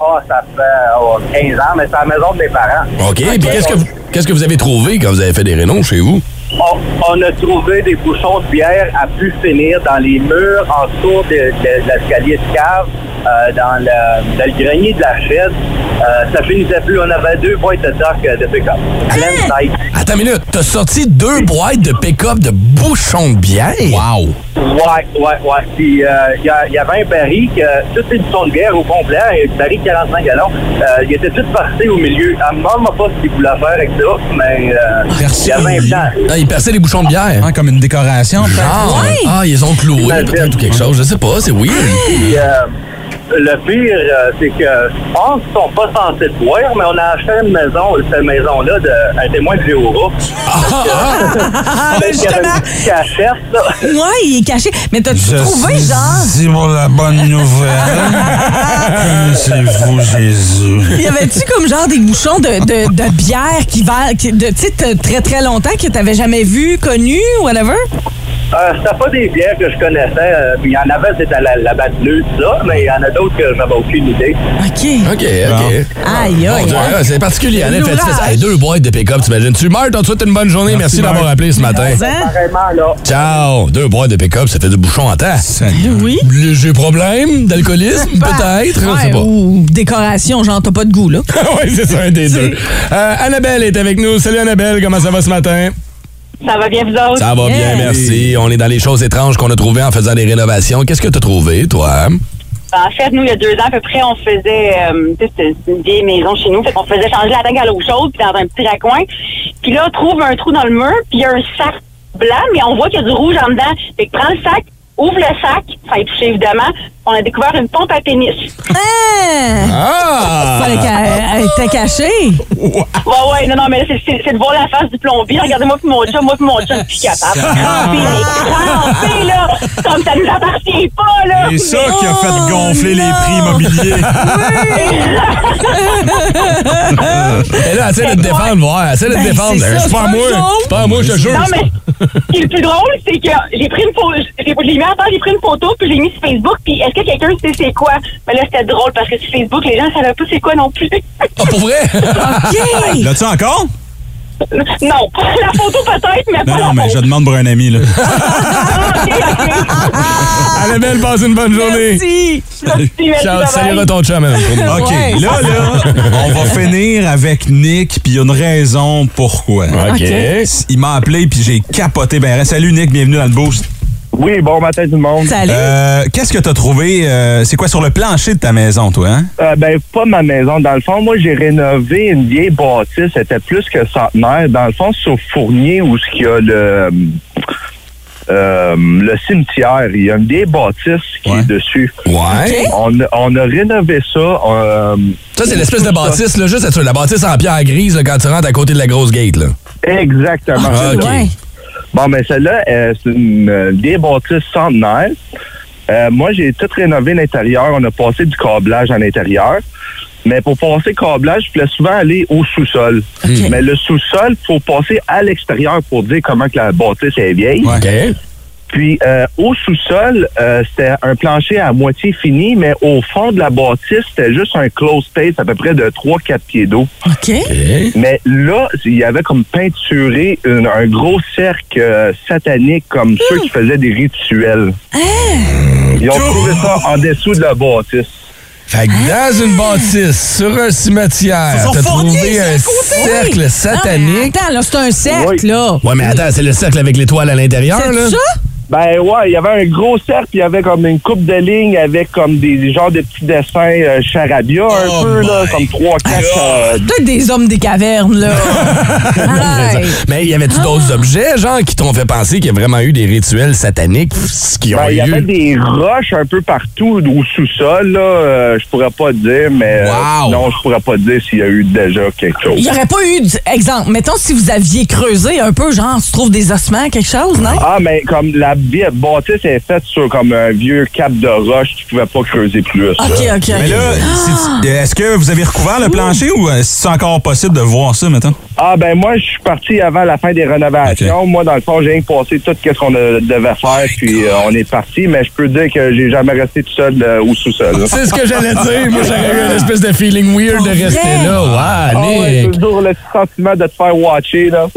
S2: Ah, ça fait oh, 15 ans, mais c'est à la maison de mes parents.
S3: OK. Puis qu'est-ce que, vous- qu'est-ce que vous avez trouvé quand vous avez fait des rénovations chez vous?
S2: On, on a trouvé des bouchons de bière à pu finir dans les murs, en dessous de, de- de l'escalier de cave, euh, dans, le, dans le grenier de la chaise. Euh, ça finissait plus. On avait deux boîtes de doc euh, de pick-up.
S3: Ah.
S2: Pleine tête.
S3: Attends une minute. T'as sorti deux boîtes de pick-up de bouchons de bière? Wow!
S2: Ouais, ouais, ouais. Puis euh, il y, a- y avait un baril que toutes les bouchons de bière au complet, un baril de 45 gallons, euh, ils étaient tous partis au milieu. À moi, m'a pas ce qu'il voulait faire avec ça, mais euh, il y avait un plan.
S3: Ah, ils perçaient les bouchons de bière.
S4: Hein, comme une décoration.
S3: Genre, ah, ils ont cloué
S2: Imagine.
S3: peut-être ou quelque chose, je sais pas, c'est weird.
S2: Puis, euh, le pire, euh, c'est que je pense qu'ils sont pas censés te voir, mais on a acheté une maison, cette maison-là, de- un témoin de Géora.
S5: Ah, ben
S2: Peut-être qu'il y avait
S5: justement.
S2: une petite cachette, là.
S5: Ouais, il est caché. Mais t'as-tu trouvé, genre,
S4: C'est pour la bonne nouvelle. C'est vous, Jésus.
S5: y avait-tu comme genre des bouchons de, de, de bière qui valent, qui- de, tu sais, t'as très très longtemps que t'avais jamais vu, connu, whatever?
S2: Euh, C'était pas des bières que je connaissais. euh, puis il y en avait, c'était la, la batte bleue, tout ça, mais il y en a d'autres que j'avais aucune idée.
S5: OK.
S3: OK, OK.
S5: Aïe, hein?
S3: Mon
S5: aïe.
S3: Dieu,
S5: aïe.
S3: ah, c'est particulier. En effet, tu fais ça.
S5: L'ouvrage.
S3: Hey, deux boîtes de pick-up, t'imagines-tu? Meurt, on te souhaite une bonne journée. Merci, d'avoir appelé ce matin.
S5: Hein?
S2: Vraiment, là.
S3: Ciao! Deux boîtes de pick-up, ça fait du bouchon en temps.
S5: Oui. Bah,
S3: Léger problème d'alcoolisme, peut-être. je sais
S5: Ouais,
S3: pas.
S5: Ou décoration, genre, t'as pas de goût, là.
S3: oui, c'est ça, un des
S5: C'est-
S3: deux. Euh, Annabelle est avec nous. Salut Annabelle, comment ça va ce matin?
S11: Ça va bien, vous autres?
S3: Ça va
S5: Yeah.
S3: bien, merci. On est dans les choses étranges qu'on a trouvées en faisant des rénovations. Qu'est-ce que t'as trouvé, toi? hein?
S11: Bah, En fait, nous, il y a deux ans à peu près, on faisait, euh, tu sais, c'était une vieille maison chez nous, fait qu'on faisait changer la tangue à l'eau chaude, puis dans un petit raccoin. Puis là, on trouve un trou dans le mur, puis il y a un sac blanc, mais on voit qu'il y a du rouge en dedans. Fait que prends le sac, ouvre le sac, ça est touché évidemment, on a découvert une pompe à pénis.
S5: Hein?
S3: Ah!
S5: Fallait qu'elle elle était cachée.
S11: Ouais, ouais, non, non, mais là, c'est- c'est c'est de voir la face du plombier. Regardez-moi puis mon chat, moi puis mon chat, je suis capable. Crampé, crampé, là, comme ça nous appartient pas, là.
S4: C'est ça qui a
S5: Oh,
S4: fait gonfler les
S5: non.
S4: prix immobiliers.
S3: Et là, essaie de te défendre, voir. Essaie de te
S5: Ben,
S3: défendre.
S5: c'est ça,
S3: C'est pas
S5: c'est pas
S3: à moi.
S5: nous autres.
S3: C'est pas à moi, je te jure.
S11: Non, mais ce qui est le plus drôle, c'est que j'ai pris une photo, j'ai j'ai mis en temps, j'ai pris une photo, puis j'ai mis sur Facebook, puis est-ce que quelqu'un sait c'est quoi? Mais là, c'était drôle parce que sur Facebook, les gens savaient pas c'est quoi non plus.
S3: Ah, pour vrai?
S5: OK!
S4: L'as-tu encore?
S11: non, la photo peut-être, mais
S4: Non,
S11: pas
S4: non,
S11: la
S4: mais je
S11: photo.
S4: demande pour un ami, là.
S3: Allez, belle, passe une bonne journée.
S5: Merci!
S11: Merci, merci,
S3: Ciao,
S11: bye-bye.
S3: salut ton chum, man.
S4: OK,
S5: Ouais.
S4: là, là, on va finir avec Nick, puis il y a une raison pourquoi.
S3: Ah, OK.
S4: Il m'a appelé, puis j'ai capoté. Ben, reste. salut Nick, bienvenue dans le boost.
S12: Oui, bon matin tout le monde.
S5: Salut!
S4: Euh, Qu'est-ce que t'as trouvé? euh, c'est quoi sur le plancher de ta maison, toi? Hein?
S12: Euh, ben, pas ma maison. Dans le fond, moi, j'ai rénové une vieille bâtisse. C'était plus que centenaire. Dans le fond, sur Fournier, où il y a le, euh, le cimetière, il y a une vieille bâtisse qui
S4: Ouais.
S12: est dessus.
S3: Ouais.
S12: On, a- on a rénové ça. euh,
S3: Ça, c'est l'espèce de bâtisse, là, juste, la bâtisse en pierre grise, là, quand tu rentres à côté de la grosse gate, là.
S12: exactement.
S3: Ah, OK.
S5: Ouais.
S12: Bon, mais celle-là, euh, c'est une euh, vieille bâtisse centenaire. Euh, moi, j'ai tout rénové l'intérieur. On a passé du câblage à l'intérieur. Mais pour passer câblage, je voulais souvent aller au sous-sol.
S5: Ok.
S12: Mais le sous-sol, faut passer à l'extérieur pour dire comment que la bâtisse est vieille.
S3: OK.
S12: Puis euh, au sous-sol, euh, c'était un plancher à moitié fini, mais au fond de la bâtisse, c'était juste un close space à peu près de 3-4 pieds d'eau.
S5: OK.
S12: Mais là, il y avait comme peinturé une- un gros cercle euh, satanique comme ceux qui faisaient des rituels.
S5: Hein?
S12: Ils ont trouvé ça en dessous de la bâtisse.
S3: Fait que dans une bâtisse, sur un cimetière,
S5: Ils ont
S3: t'as
S5: fourni,
S3: trouvé
S5: c'est à
S3: un
S5: côté.
S3: cercle
S5: Non, mais
S3: satanique.
S5: attends, là, c'est un cercle,
S12: Oui.
S5: là.
S3: Ouais, mais attends, c'est le cercle avec l'étoile à l'intérieur, là.
S5: C'est ça?
S12: Ben ouais, il y avait un gros cercle, il y avait comme une coupe de lignes avec comme des, des genres de petits dessins euh, charabia
S3: Oh
S12: un peu, là,
S3: my
S12: comme trois, quatre. euh,
S5: Tous des hommes des cavernes, là. Arrête.
S3: Mais y avait-tu
S5: Ah.
S3: d'autres objets, genre, qui t'ont fait penser qu'il y a vraiment eu des rituels sataniques qui ont
S12: ben, il y
S3: eu?
S12: avait des roches un peu partout au sous-sol, là. euh, je pourrais pas dire, mais euh,
S3: Wow.
S12: non, je pourrais pas dire s'il y a eu déjà quelque chose.
S5: Il n'y aurait pas eu, d- exemple, mettons si vous aviez creusé un peu, genre, tu trouves des ossements, quelque chose, non?
S12: Ah, mais comme la bi- bâtisse est faite sur comme un vieux cap de roche, tu pouvais pas creuser plus. là.
S5: OK, OK. Ah.
S4: Mais là, c'est- euh, est-ce que vous avez recouvert le plancher ou euh, c'est encore possible de voir ça, maintenant?
S12: Ah, ben moi, je suis parti avant la fin des rénovations. Moi, dans le fond, j'ai rien que passé tout ce qu'on euh, devait faire, puis euh, on est parti, mais je peux dire que j'ai jamais resté tout seul euh, au sous-sol. là.
S3: C'est ce que j'allais dire. Moi, j'aurais eu
S5: Ah.
S3: une espèce de feeling weird de rester
S5: vrai?
S3: là.
S12: Ah ouais,
S3: Ouais, Nick.
S12: toujours le petit sentiment de te faire watcher, là. Ouf!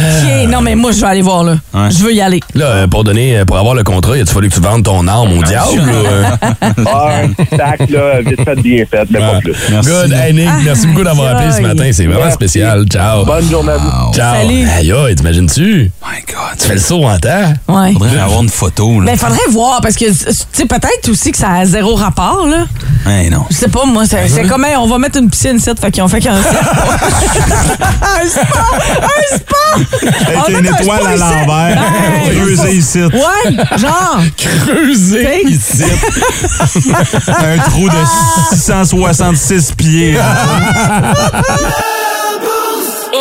S3: Euh.
S5: OK, non, mais moi, je vais aller voir, là.
S4: Ouais.
S5: Je veux y aller.
S3: Là, euh, pour donner, euh, pour avoir le contrat, il a fallu que tu vendes ton arme au diable? ou, euh?
S12: Ah, un petit sac, là, vite fait, bien fait, mais pas plus.
S4: Merci.
S3: Good. Hey, Nick, merci beaucoup d'avoir appelé ce
S5: Ah, aïe.
S3: matin. C'est vraiment spécial. Ciao.
S12: Bonne journée à vous.
S3: Ciao.
S5: Salut.
S3: Aïe, aïe, t'imagines-tu?
S4: My God.
S3: Tu fais le saut en temps?
S5: Ouais.
S4: Faudrait avoir une photo, là.
S5: Ben, faudrait voir, parce que, tu sais, peut-être aussi que ça a zéro rapport, là.
S4: Hey, non.
S5: Je sais pas, moi, c'est c'est comme, hey, on va mettre une piscine, cette, fait qu'ils ont fait qu'un spa. un spa! Un spa! On va
S4: Avec une
S5: mettre un
S4: étoile
S5: spa
S4: à
S5: ici.
S4: l'envers.
S5: Ouais.
S4: Creusé ici.
S5: Ouais, genre.
S3: Creuser
S5: Thanks.
S3: ici.
S4: Un trou de 666 pieds.
S5: Ah.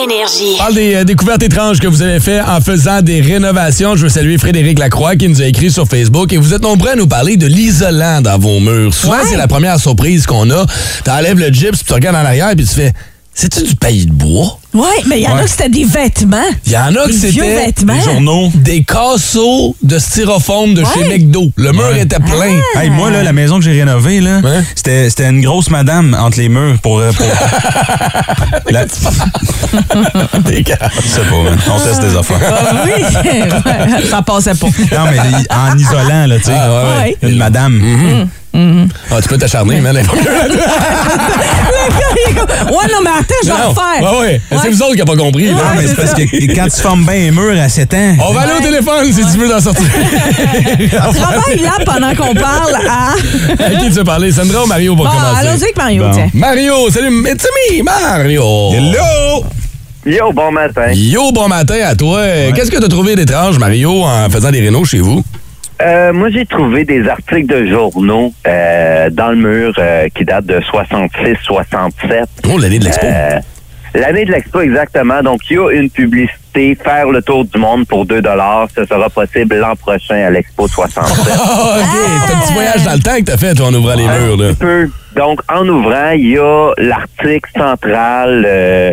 S10: Énergie.
S3: On parle des euh, découvertes étranges que vous avez fait en faisant des rénovations. Je veux saluer Frédéric Lacroix qui nous a écrit sur Facebook et vous êtes nombreux à nous parler de l'isolant dans vos murs. Souvent, c'est la première surprise qu'on a. T'enlèves le gypse, puis tu regardes en arrière, puis tu fais « C'est-tu du pays de bois?
S5: Ouais, mais il y en a que c'était des vêtements.
S3: Il y en a que
S5: Des vieux
S3: c'était
S5: vêtements.
S4: Les journaux.
S3: des casseaux de styrofoam de chez
S5: Ouais.
S3: McDo. Le mur était plein.
S5: Ah!
S4: Hey, moi, là, la maison que j'ai rénovée, là,
S3: Ouais.
S4: c'était, c'était une grosse madame entre les murs pour. euh, pour- La- Je sais pas, man. On teste des affaires.
S5: Ah oui, Ouais, ça passait pas.
S4: Non, mais les- en isolant, là, tu sais.
S3: Ah, Mm-hmm.
S5: ouais, Mm.
S4: Une madame.
S3: Ah, tu peux t'acharner, man.
S5: Ouais, non, mais attends, je vais
S3: Non.
S5: refaire.
S3: Ouais, ouais. C'est vous autres qui n'avez pas compris. là.
S4: Non, mais c'est parce que quand tu formes bien les murs à 7 ans.
S3: On va aller au téléphone si tu veux t'en sortir.
S5: Travaille là pendant qu'on parle à.
S3: à qui tu veux parler? Sandra ou Mario pour
S5: Bon,
S3: commencer?
S5: allons-y avec Mario,
S4: Bon.
S5: tiens.
S3: Mario, salut, it's me, Oh. Mario!
S4: Hello!
S12: Yo, bon matin.
S3: Yo, bon matin à toi. Qu'est-ce que t'as trouvé d'étrange, Mario, en faisant des rénaux chez vous?
S12: Euh, moi, j'ai trouvé des articles de journaux euh, dans le mur euh, qui datent de 66-67.
S3: Oh, l'année de l'expo.
S12: Euh, L'année de l'expo, exactement. Donc, il y a une publicité
S13: c'est faire le tour du monde pour 2 Ce sera possible l'an prochain à l'Expo 67.
S3: Ah, OK. C'est
S5: euh,
S3: un petit voyage dans le temps que t'as fait, toi, en ouvrant les murs, là.
S13: Un petit peu. Donc, en ouvrant, il y a l'article central euh,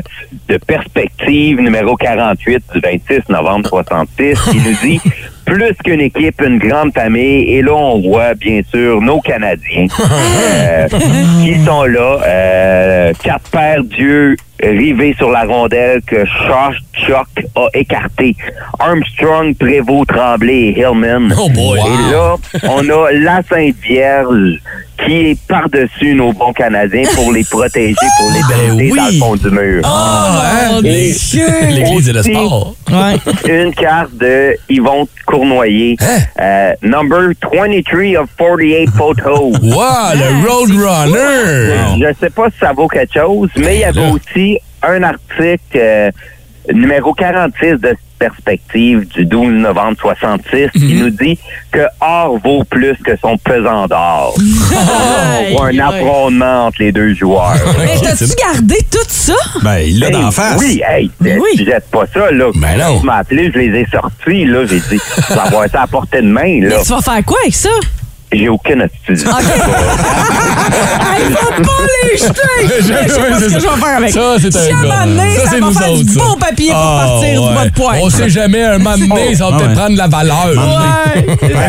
S13: de perspective numéro 48 du 26 novembre 66 qui nous dit plus qu'une équipe, une grande famille. Et là, on voit, bien sûr, nos Canadiens euh, qui sont là. Euh, quatre paires d'yeux rivés sur la rondelle que Josh Chuck a écarté. Armstrong, Prévost, Tremblay et Hillman.
S3: Oh boy.
S13: Et là, on a la Sainte Vierge qui est par-dessus nos bons Canadiens pour les protéger, pour les
S3: ben
S13: garder dans le fond du mur.
S3: Ah, mon Dieu! L'église et le sport.
S13: Une carte de Yvon Cournoyer.
S3: Hein?
S13: Euh, number 23 of 48 photos.
S3: Wow, le Roadrunner!
S13: Je sais pas si ça vaut quelque chose, mais il y avait aussi un article euh, numéro 46 de perspective du 12 novembre 66 qui
S3: Mhm.
S13: nous dit que or vaut plus que son pesant d'or. On voit un affrontement entre les deux joueurs.
S5: Mais t'as-tu gardé tout ça?
S2: Ben, il l'a
S13: Hey,
S2: d'en face.
S13: Oui, hey,
S5: Oui.
S13: tu jettes pas ça, là.
S3: Ben non.
S13: Tu m'as appelé, je les ai sortis, là. J'ai dit, tu vas avoir ça à portée de main, là.
S5: Mais tu vas faire quoi avec ça?
S13: J'ai aucune attitude.
S5: Elle va pas les jeter! Je sais pas ce que je vais faire avec.
S3: Ça, c'est
S5: Si
S3: un
S5: à
S3: gars.
S5: moment donné, ça
S3: c'est
S5: va
S3: nous
S5: faire
S3: autres,
S5: du
S3: ça.
S5: bon papier pour
S3: Ah,
S5: partir
S3: ouais.
S5: du bas de pointe. Oh.
S3: On sait jamais, un moment donné, ça va
S2: Ah,
S3: peut-être
S2: ouais.
S3: prendre la valeur.
S2: Ah,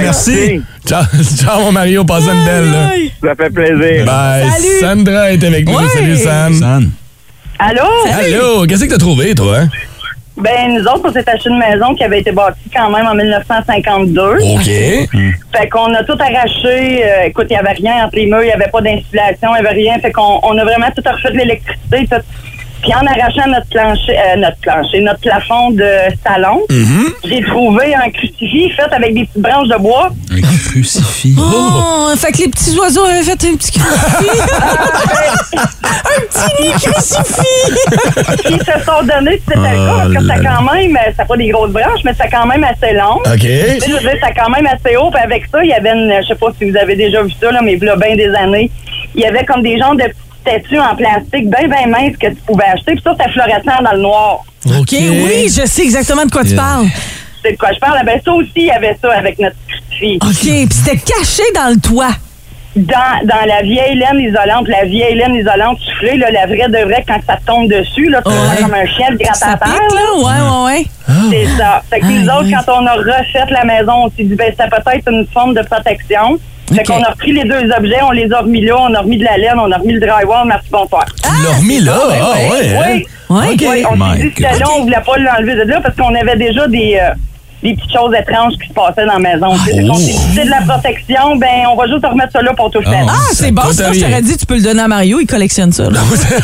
S2: merci.
S3: Ciao, ciao, mon Mario, passe une belle. là.
S5: Aïe, aïe.
S13: Ça fait plaisir.
S3: Bye.
S5: Salut.
S3: Sandra est avec nous.
S5: Ouais.
S3: Salut, Sam.
S2: San.
S11: Allô?
S3: Allô, qu'est-ce que t'as trouvé, toi? hein?
S11: Ben, nous autres, on s'est acheté une maison qui avait été bâtie quand même en 1952.
S3: OK.
S2: Mm.
S11: Fait qu'on a tout arraché. Euh, écoute, il n'y avait rien entre les murs, il n'y avait pas d'insulation, il n'y avait rien. Fait qu'on on a vraiment tout refait de l'électricité. tout. Puis en arrachant notre plancher, euh, notre plancher, notre plafond de salon, j'ai trouvé un crucifix fait avec des petites branches de bois.
S2: Un crucifix.
S5: Oh, fait que les petits oiseaux avaient fait un petit crucifix.
S11: Ah,
S5: un petit nid crucifix.
S11: Puis ils se sont donnés cet alcool parce que ça quand même, euh, ça n'a pas des grosses branches, mais ça quand même assez long.
S3: OK.
S11: Tu sais, Je veux dire, ça quand même assez haut. Puis avec ça, il y avait une, je sais pas si vous avez déjà vu ça, là, mais il y a bien des années, il y avait comme des genres de petites statues en plastique bien, bien minces que tu pouvais acheter. Puis ça, ça florissant dans le noir.
S5: OK, oui, je sais exactement de quoi tu parles.
S11: C'est de quoi je parle. Ben, ça aussi, il y avait ça avec notre petite fille.
S5: OK, puis c'était caché dans le toit.
S11: Dans, dans la vieille laine isolante, la vieille laine isolante soufflée, là, la vraie de vrai, quand ça tombe dessus, là, tu
S5: Ouais.
S11: vois comme un chien de gratte
S5: Ça
S11: à
S5: pique,
S11: terre. là.
S5: là? Ouais, ouais, ouais.
S11: C'est ça. Fait que nous
S5: Aïe,
S11: autres,
S5: aïe.
S11: quand on a refait la maison, on s'est dit, ben, c'était peut-être une forme de protection. Fait
S5: Ok.
S11: qu'on a repris les deux objets, on les a remis là, on a remis de la laine, on a remis le drywall, merci, bonsoir.
S3: Tu l'as remis là? Ah, ouais. hein?
S11: ben, Oui.
S5: Ouais.
S11: Oui, on
S2: My
S11: s'est dit, que là, on voulait pas l'enlever de là parce qu'on avait déjà des, euh, des petites choses étranges qui se passaient dans la maison. tu sais. Fait qu'on s'est dit, c'est de la protection, ben, on va juste remettre ça là pour tout faire.
S5: Ah,
S3: Ça
S5: c'est bon,
S3: coûte
S5: sinon je
S3: rien.
S5: t'aurais dit, tu peux le donner à Mario, il collectionne ça. là.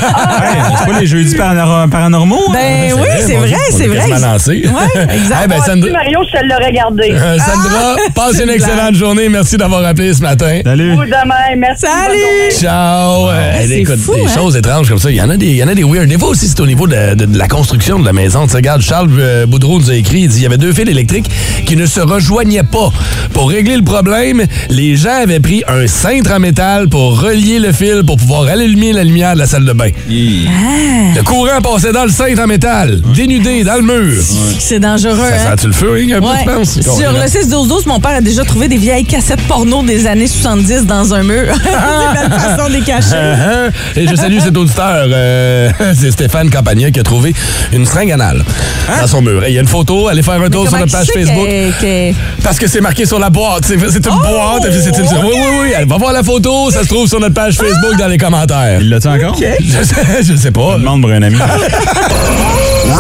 S2: Hey, c'est pas les jeudis paranor- paranormaux? hein?
S5: Ben oui, c'est vrai, c'est vrai.
S3: On lancé.
S5: Ouais, exact.
S3: Eh ben,
S11: Vois-tu,
S3: Sandra,
S11: Mario, je te l'aurais gardé.
S3: euh, Sandra, passe une
S5: Ah! une
S3: excellente journée. Merci d'avoir appelé ce matin.
S2: Salut.
S11: Vous demain, merci. bonne
S5: Salut!
S11: journée.
S3: Ciao! Euh,
S5: c'est
S3: écoute,
S5: fou,
S3: des
S5: hein?
S3: choses étranges comme ça. Il y en a des, il y en a des weird. Des fois aussi, c'est au niveau de, de- de la construction de la maison. Tu sais, regarde, Charles euh, Boudreau nous a écrit, il dit il y avait deux fils électriques qui ne se rejoignaient pas. Pour régler le problème, les gens avaient pris un cintre en métal pour relier le fil pour pouvoir alluminer la lumière de la salle de bain.
S5: Ah!
S3: Le courant passait dans le cintre en métal, dénudé, dans le mur.
S5: C'est dangereux,
S3: Ça
S5: hein?
S3: sent-tu le feu, hein, un peu,
S5: Ouais.
S3: tu penses?
S5: Sur le 6-12-12, mon père a déjà trouvé des vieilles cassettes porno des années 70 dans un mur. c'est une belle façon de les cacher.
S3: Uh-huh. Et je salue cet auditeur. euh, c'est Stéphane Campagna qui a trouvé une seringue anale dans son mur. Et il y a une photo. Allez faire un tour sur
S5: Hein? Comment
S3: notre
S5: tu
S3: page
S5: sais
S3: Facebook.
S5: qu'elle- qu'elle-
S3: Parce que c'est marqué sur la boîte. C'est c'est une
S5: Oh,
S3: boîte. c'est- c'est une-
S5: ok.
S3: Oui, oui, oui. Allez, va voir la photo. Ça se trouve sur notre page Facebook dans les commentaires.
S2: Il l'a-tu encore?
S3: Je sais, je sais pas.
S2: Demande pour un ami.
S3: Eh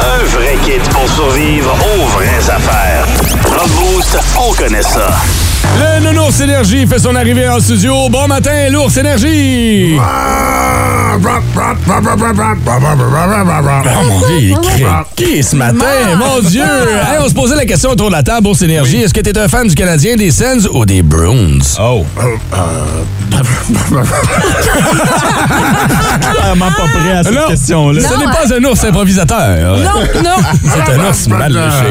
S8: Un vrai kit pour survivre aux vraies affaires. Dans le boost, on connaît ça.
S3: Le nounours énergie fait son arrivée en studio. Bon matin, l'ours énergie. Oh mon dieu, il est craqué ce matin, mon dieu! Hey, on se posait la question autour de la table, Bourse Énergie. Est-ce que t'es un fan du Canadien, des Sens ou des Bruins?
S2: Oh. Clairement pas prêt à cette
S3: Non.
S2: question-là.
S3: Ce n'est pas un ours improvisateur.
S5: Non, non.
S3: C'est un ours mal léché.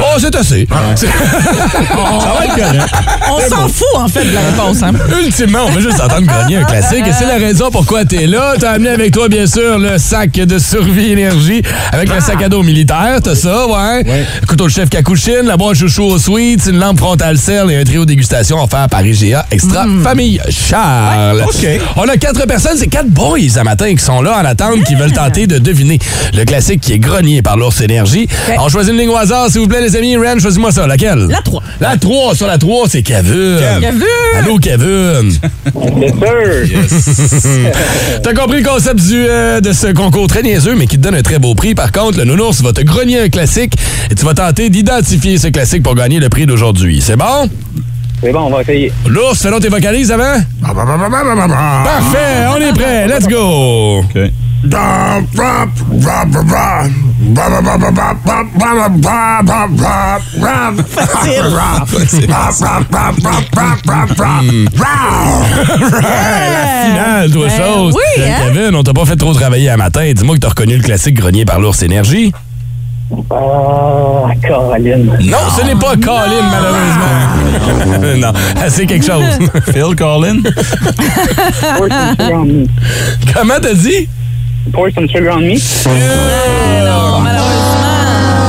S3: Oh, c'est assez. C'est- Ça va être correct.
S5: On s'en fout, en fait, de la réponse. hein.
S3: Ultimement, on veut juste entendre gagner un classique. Et c'est la raison pourquoi t'es là. T'as amené avec toi, bien sûr, le sac de survie énergie avec le sac à dos militaire. T'as ça, ouais. Couteau de chef Kakouchine, la broche chouchou aux sweets, une lampe frontale selle et un trio dégustation offert par IGA Extra
S5: Hmm.
S3: Famille Charles.
S4: Ouais, OK.
S3: On a quatre personnes, c'est quatre boys à matin qui sont là en attente, qui veulent tenter de deviner le classique qui est grogné par l'ours énergie. On choisit une ligne au hasard, s'il vous plaît, les amis. Ren, choisis-moi ça. Laquelle?
S5: La trois.
S3: La 3, sur la 3, c'est Kevin.
S5: Kevin.
S3: Allô, Kevin.
S12: C'est sûr.
S3: T'as compris le concept du, euh, de ce concours très niaiseux, mais qui te donne un très beau prix. Par contre, le nounours va te grogner un classique et tu vas tenter d'identifier ce classique pour gagner le prix d'aujourd'hui. C'est bon?
S12: C'est bon, on va essayer.
S3: L'ours, fais donc tes vocalises avant. Parfait, on est prêt. Let's go.
S14: OK.
S3: Hmm. Final, toi,
S5: Euh,
S3: chose.
S5: oui,
S3: Euh,
S5: hein?
S3: Kevin, on t'a pas fait trop travailler à matin. Dis-moi que t'as reconnu le classique grogné par l'ours énergie.
S12: Ah, Caroline.
S3: Non, ce n'est pas Colin, malheureusement. non, c'est quelque chose.
S4: Phil Collin?
S12: Pour some sugar on me.
S3: Comment t'as dit?
S12: Pour some sugar on me.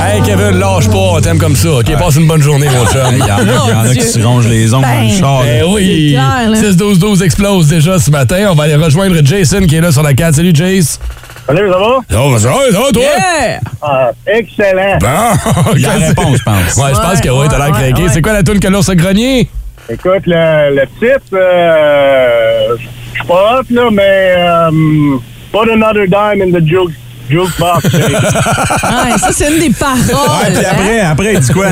S3: Hey Kevin, lâche pas, on t'aime comme ça. OK, passe une bonne journée, mon
S4: Il y en
S3: chum.
S4: a- il y en a qui se rongent les ongles dans le
S5: Ben.
S4: char.
S3: Eh
S4: là.
S3: oui!
S5: C'est clair, là.
S3: 6-12-12 explose déjà ce matin. On va aller rejoindre Jason qui est là sur la 4. Salut, Jace!
S12: Salut, ça va?
S3: Oh, ça va, ça va, toi?
S5: Yeah!
S12: Ah, excellent.
S3: Bon!
S4: Il y a la réponse, je pense.
S3: Ouais, je pense que oui, t'as l'air
S5: Ouais, ouais,
S3: craqué.
S5: ouais.
S3: C'est quoi la toune que l'ours a grogné?
S12: Écoute, le, le type, euh, je suis pas hot, là, mais euh, nou put another dime in the juke, jukebox. eh.
S5: Ouais, ça, c'est une des
S4: Ouais,
S5: paroles.
S4: puis
S5: hein.
S4: après, après, il dit quoi?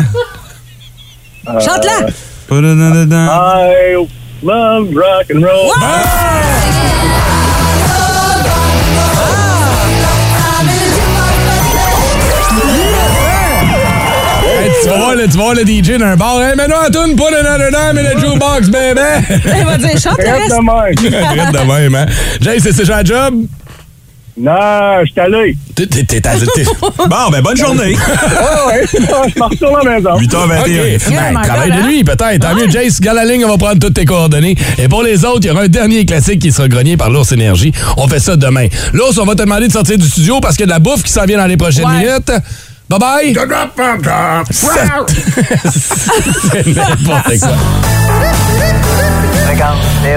S5: Chante-la!
S4: Ba-da-da-da-da.
S12: Euh, I love rock and roll.
S3: Hey, tu vas voir le, tu vas voir le DJ d'un bar. Hey, maintenant, la toune, pas another dime in the jukebox, baby!
S5: Elle va dire, chante le
S12: Arrête
S5: reste.
S12: de même.
S3: Arrête de même, hein? Jace, c'est déjà la job?
S12: Non, je suis allé.
S3: T'es- t'es- t'es- t'es- t'es-
S4: Bon, ben bonne journée.
S12: Ah ouais, je m'en retourne à la maison.
S4: 8h21.
S3: OK.
S5: Yeah,
S3: Ben,
S5: my
S3: Eh, travaille
S5: God,
S3: de
S5: hein?
S3: nuit, peut-être. Tant mieux, Jace, garde la ligne, on va prendre toutes tes coordonnées. Et pour les autres, il y aura un dernier classique qui sera grogné par l'ours énergie. On fait ça demain. L'ours, on va te demander de sortir du studio parce qu'il y a de la bouffe qui s'en vient dans les prochaines
S5: Ouais.
S3: minutes. Bye bye! C'est n'importe quoi.
S9: eh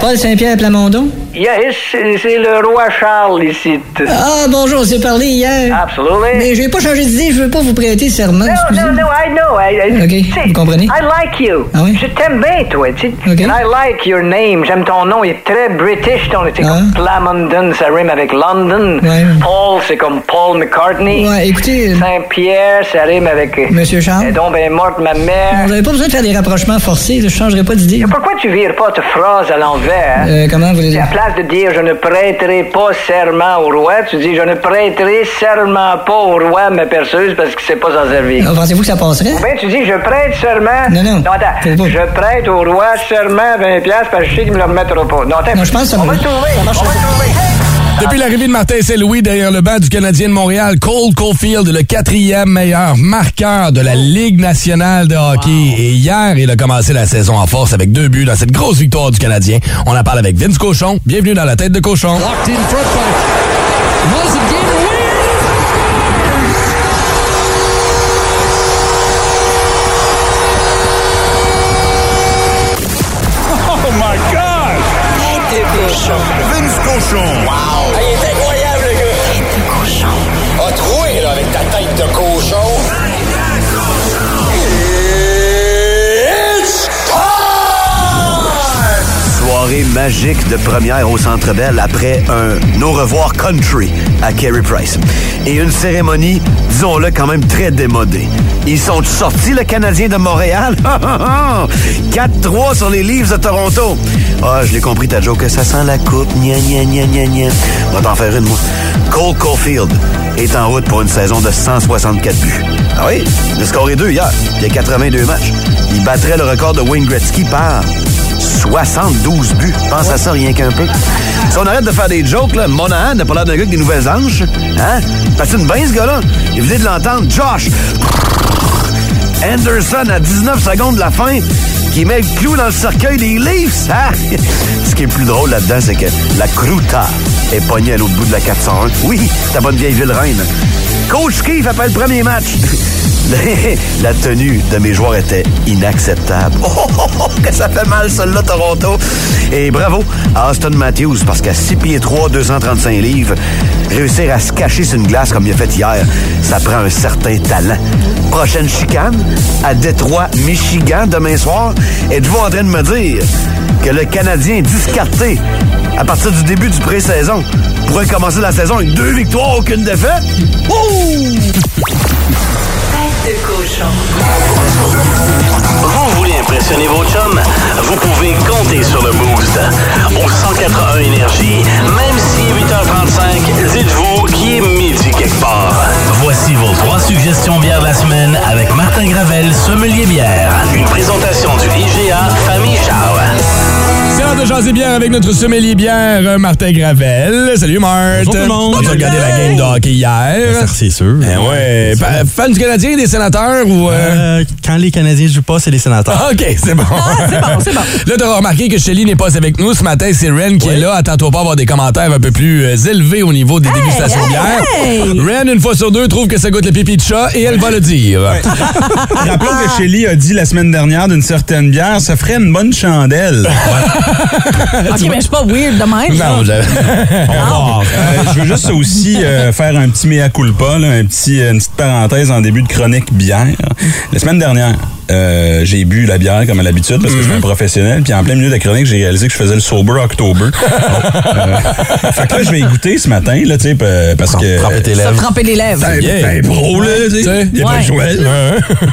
S15: Paul Saint-Pierre Plamondon.
S9: Yes, c'est le roi Charles ici.
S15: Ah, bonjour, on s'est parlé hier.
S9: Absolutely.
S15: Mais je vais pas changer d'idée, je veux pas vous prêter serment. excusez.
S9: No, no, I know. I, I,
S15: Ok,
S9: tu sais,
S15: vous comprenez?
S9: I like you.
S15: Ah oui?
S9: Je t'aime bien, toi. Tu sais.
S15: Ok.
S9: And I like your name. J'aime ton nom. Il est très british. Ton, c'est
S15: Ah.
S9: comme Plamondon, ça rime avec London.
S15: Ouais.
S9: Paul, c'est comme Paul McCartney.
S15: Ouais, écoutez, euh,
S9: Saint-Pierre, ça rime avec... euh,
S15: Monsieur Charles,
S9: Et donc, ben, morte ma mère.
S15: vous avez pas besoin de faire des rapprochements forcés, là, je changerai pas d'idée.
S9: Pourquoi tu vires pas ta phrase à l'envers?
S15: Euh, comment vous les...
S9: À place de dire je ne prêterai pas serment au roi, tu dis je ne prêterai serment pas au roi ma perceuse parce qu'il sait pas s'en servir.
S15: Ah, Pensez-vous que ça passerait?
S9: Ben, tu dis je prête serment.
S15: Non, non.
S9: attends.
S15: Faut pas.
S9: Je prête au roi serment 20$ piastres parce que je sais qu'il me le remettra pas. Non, attends.
S15: Non, je pense que ça
S9: On va
S15: me-
S9: le trouver. On va le trouver.
S3: Depuis l'arrivée de Martin Saint-Louis derrière le banc du Canadien de Montréal, Cole Caulfield est le quatrième meilleur marqueur de la Ligue nationale de hockey. Et hier, il a commencé la saison en force avec deux buts dans cette grosse victoire du Canadien. On en parle avec Vince Cochon. Bienvenue dans la tête de cochon. Oh
S16: Vince Cochon. Wow! il est incroyable, le gars! Tête de cochon. A troué, là, avec ta tête de cochon. It's time! Soirée magique de première au Centre Bell après un au revoir country à Kerry Price. Et une cérémonie, disons-le, quand même très démodée. Ils sont sortis, le Canadien de Montréal? 4-3 sur les Leafs de Toronto. Ah, je l'ai compris, ta joke, ça sent la coupe. Gna, gna, gna, gna, gna. On va t'en faire une, moi. Cole Caulfield est en route pour une saison de 164 buts. Ah oui, le score est deux hier. Il y a 82 matchs. Il battrait le record de Wayne Gretzky par 72 buts. Pense à ça rien qu'un peu. Si on arrête de faire des jokes, là, Monahan n'a pas l'air d'un gars avec des nouvelles hanches. Hein? Patine bien, ce gars-là. Et vous venez de l'entendre, Josh Anderson à 19 secondes de la fin qui met le clou dans le cercueil des Leafs. hein? Ce qui est le plus drôle là-dedans, c'est que la Cruta est pognée à l'autre bout de la 401. Oui, ta bonne vieille ville reine. Coach Keefe après le premier match. La tenue de mes joueurs était inacceptable. Oh, oh, oh, que ça fait mal, celle-là, Toronto. Et bravo à Austin Matthews, parce qu'à 6 pieds 3, 235 livres, réussir à se cacher sur une glace comme il a fait hier, ça prend un certain talent. Prochaine chicane, à Détroit, Michigan, demain soir. Êtes-vous en train de me dire que le Canadien est discarté à partir du début du pré-saison pourrait commencer la saison avec deux victoires, aucune défaite? Ouh!
S10: Tête de cochon.
S8: Vous voulez impressionner vos chums? Vous pouvez compter sur le Boost. Au 181 Énergie, même si 8h35, dites-vous qu'il est midi quelque part. Voici vos trois suggestions bières de la semaine avec Martin Gravel, sommelier bière. Une présentation du IGA Famille Charles.
S3: C'est l'heure de jaser bière avec notre sommelier bière, euh, Martin Gravel. Salut, Martin.
S4: Bonjour tout le monde.
S3: Tu as regardé la game de hockey hier.
S17: C'est sûr.
S3: Ben ouais. Pa- fan du Canadien, des sénateurs ou... euh, Ah,
S17: Euh, quand les Canadiens jouent pas, c'est les sénateurs. Ah,
S3: OK, c'est bon. c'est bon, c'est bon. Là, t'auras remarqué que Shelly n'est pas avec nous. Ce matin, c'est Ren qui est là. Attends-toi pas à avoir des commentaires un peu plus euh, élevés au niveau des dégustations
S4: hey,
S3: bières.
S4: hey!
S3: Ren, une fois sur deux, trouve que ça goûte le pipi de chat et elle va le dire.
S4: Rappelons que Shelly a dit la semaine dernière d'une certaine bière, ça ferait une bonne chandelle.
S5: OK, mais je suis pas weird de même. là.
S4: On va voir. Euh, je veux juste aussi euh, faire un petit mea culpa, là, un petit, euh, une petite parenthèse en début de chronique bière. La semaine dernière, euh, j'ai bu la bière comme à l'habitude parce que je suis un
S5: Mhm.
S4: professionnel. Puis en plein milieu de la chronique, j'ai réalisé que je faisais le sober October. Bon, euh, fait que là, je vais écouter ce matin, là, tu sais, p- parce que. euh,
S5: Ça tremper les lèvres.
S4: Ben, ben, pro, là, tu sais. Il y a pas
S5: Ouais.
S4: de jouet.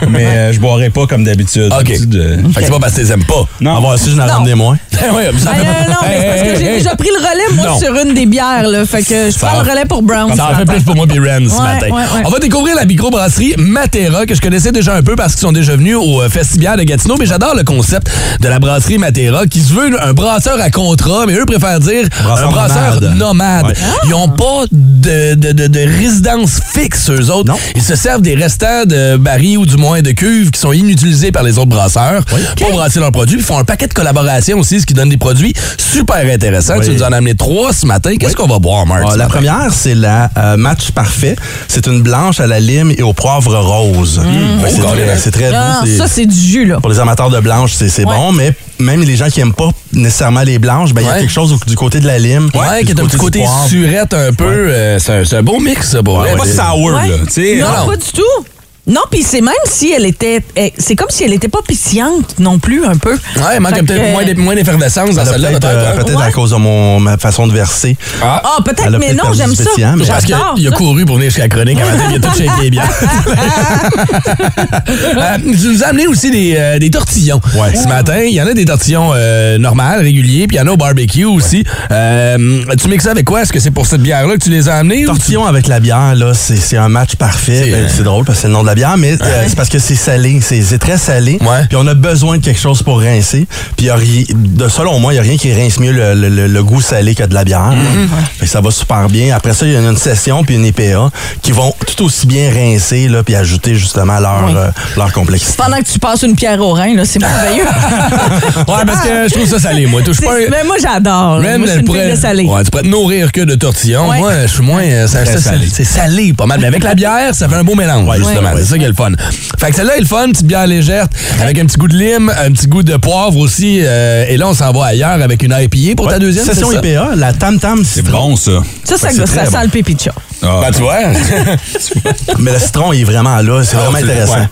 S4: Mais euh, je boirai pas comme d'habitude.
S3: OK.
S4: D'habitude, euh,
S3: Fait que c'est pas parce que tu les aimes pas.
S4: Non.
S17: On va voir si je n'en ramenais moins.
S3: Eh ouais,
S5: Ben, euh, non, mais c'est parce que j'ai déjà pris le relais, moi,
S3: Non.
S5: sur une des bières. Là, fait que je
S3: Ça
S5: prends
S3: va.
S5: le relais pour Brown.
S3: Ça en fait plus pour moi puis Ren ce matin.
S5: ouais, ouais.
S3: On va découvrir la microbrasserie Matera que je connaissais déjà un peu parce qu'ils sont déjà venus au euh, Festibière de Gatineau, mais j'adore le concept de la brasserie Matera qui se veut un brasseur à contrat, mais eux préfèrent dire
S17: Brasseur
S3: un brasseur nomade.
S17: nomade.
S3: Ils ont pas de, de- de- de résidence fixe eux autres. Ils se servent des restants de barils ou du moins de cuves qui sont inutilisés par les autres brasseurs pour brasser leurs produits. Ils font un paquet de collaborations aussi, ce qui donne des produits super intéressants.
S17: Oui.
S3: Tu nous en as amené trois ce matin. Qu'est-ce qu'on va boire, Marc?
S17: Ah, la
S3: ce matin?
S17: première, c'est la euh, Match Parfait. C'est une blanche à la lime et au poivre rose. Fait que c'est
S3: Oh,
S17: très- C'est très,
S5: Non,
S17: bon. c'est-
S5: Ah, ça, c'est du jus, là.
S17: Pour les amateurs de blanche, c'est c'est
S5: Ouais.
S17: bon, mais même les gens qui aiment pas nécessairement les blanches, ben, il y a
S3: Ouais.
S17: quelque chose au- du côté de la lime.
S3: Ouais,
S17: du
S3: qui est un petit
S17: du
S3: côté
S17: poivre.
S3: surette un peu. euh, c'est, un, c'est un beau mix, ça, pour
S4: Ouais,
S3: vrai.
S4: pas
S3: C'est-
S4: sour,
S5: Ouais.
S4: là. tu sais.
S5: non,
S3: non.
S5: pas du tout. Non, puis c'est même si elle était. eh, C'est comme si elle était pas pétillante non plus, un peu.
S3: Ouais, il manque
S5: Fait
S3: peut-être
S5: que-
S3: moins, d'é- moins d'effervescence dans
S17: Elle a
S3: celle-là,
S17: Peut-être
S3: peut-être.
S17: euh,
S3: hein?
S17: peut-être
S5: Ouais.
S17: à cause de mon, ma façon de verser.
S3: Ah,
S5: Ah,
S17: Elle
S5: peut-être,
S17: a
S5: mais
S17: peut-être
S5: non,
S17: perdu
S5: j'aime
S17: du
S5: ça.
S17: pétillant, mais-
S3: parce qu'il
S5: J'adore.
S3: il a
S5: ça.
S3: couru pour venir jusqu'à la chronique. avant il a tout shaké bien. euh, tu nous as amené aussi des, euh, des tortillons.
S17: Ouais.
S3: Ce matin, il y en a des tortillons euh, normales, réguliers, puis il y en a au barbecue aussi. Euh, tu mixes ça avec quoi? Est-ce que c'est pour cette bière-là que tu les as amenés? ou tu-
S17: Tortillon avec la bière, là, c'est c'est un match parfait.
S3: C'est,
S17: Ben,
S3: euh,
S17: C'est drôle parce que c'est le nom de la bière, mais euh, c'est parce que c'est salé. C'est c'est très salé.
S3: Ouais.
S17: Puis on a besoin de quelque chose pour rincer. Puis y a ri- de selon moi, il n'y a rien qui rince mieux le, le- le- le goût salé que de la bière.
S3: Mm-hmm.
S17: Fait que ça va super bien. Après ça, il y a une session puis une EPA qui vont tout aussi bien rincer là, puis ajouter justement leur,
S5: Oui.
S17: euh, leur complexité.
S5: Pendant que tu passes une pierre au rein, là, c'est merveilleux.
S3: Ouais, ben, parce que je trouve ça salé, moi. Touche pas.
S5: C'est- Mais moi, j'adore. là. Moi,
S3: Ren,
S5: je suis
S3: elle
S5: une
S3: pourrait-
S5: fille de salé.
S3: Ouais, tu pourrais te nourrir que de tortillons.
S5: Ouais.
S3: Moi, je suis moins. euh, ça- ça- ça-
S17: salé.
S3: C'est salé, pas mal. Mais avec la bière, ça fait un beau mélange, justement.
S5: Ouais.
S3: C'est ça qui est le fun. Fait que celle-là est le fun, petite bière légère, avec un petit goût de lime, un petit goût de poivre aussi. euh, et là, on s'en va ailleurs avec une IPA pour ta deuxième
S17: Session
S3: c'est ça?
S17: IPA, la Tam Tam
S4: C'est
S17: Citron.
S4: bon, ça.
S5: Ça,
S17: Fait
S5: ça,
S17: que
S5: ça,
S17: c'est très
S5: sent
S17: bon.
S5: le pipi de chat.
S4: Ah.
S3: Ben, tu vois.
S17: Mais le citron il est vraiment là. C'est vraiment
S3: Ah, tu-
S17: intéressant.
S3: ouais.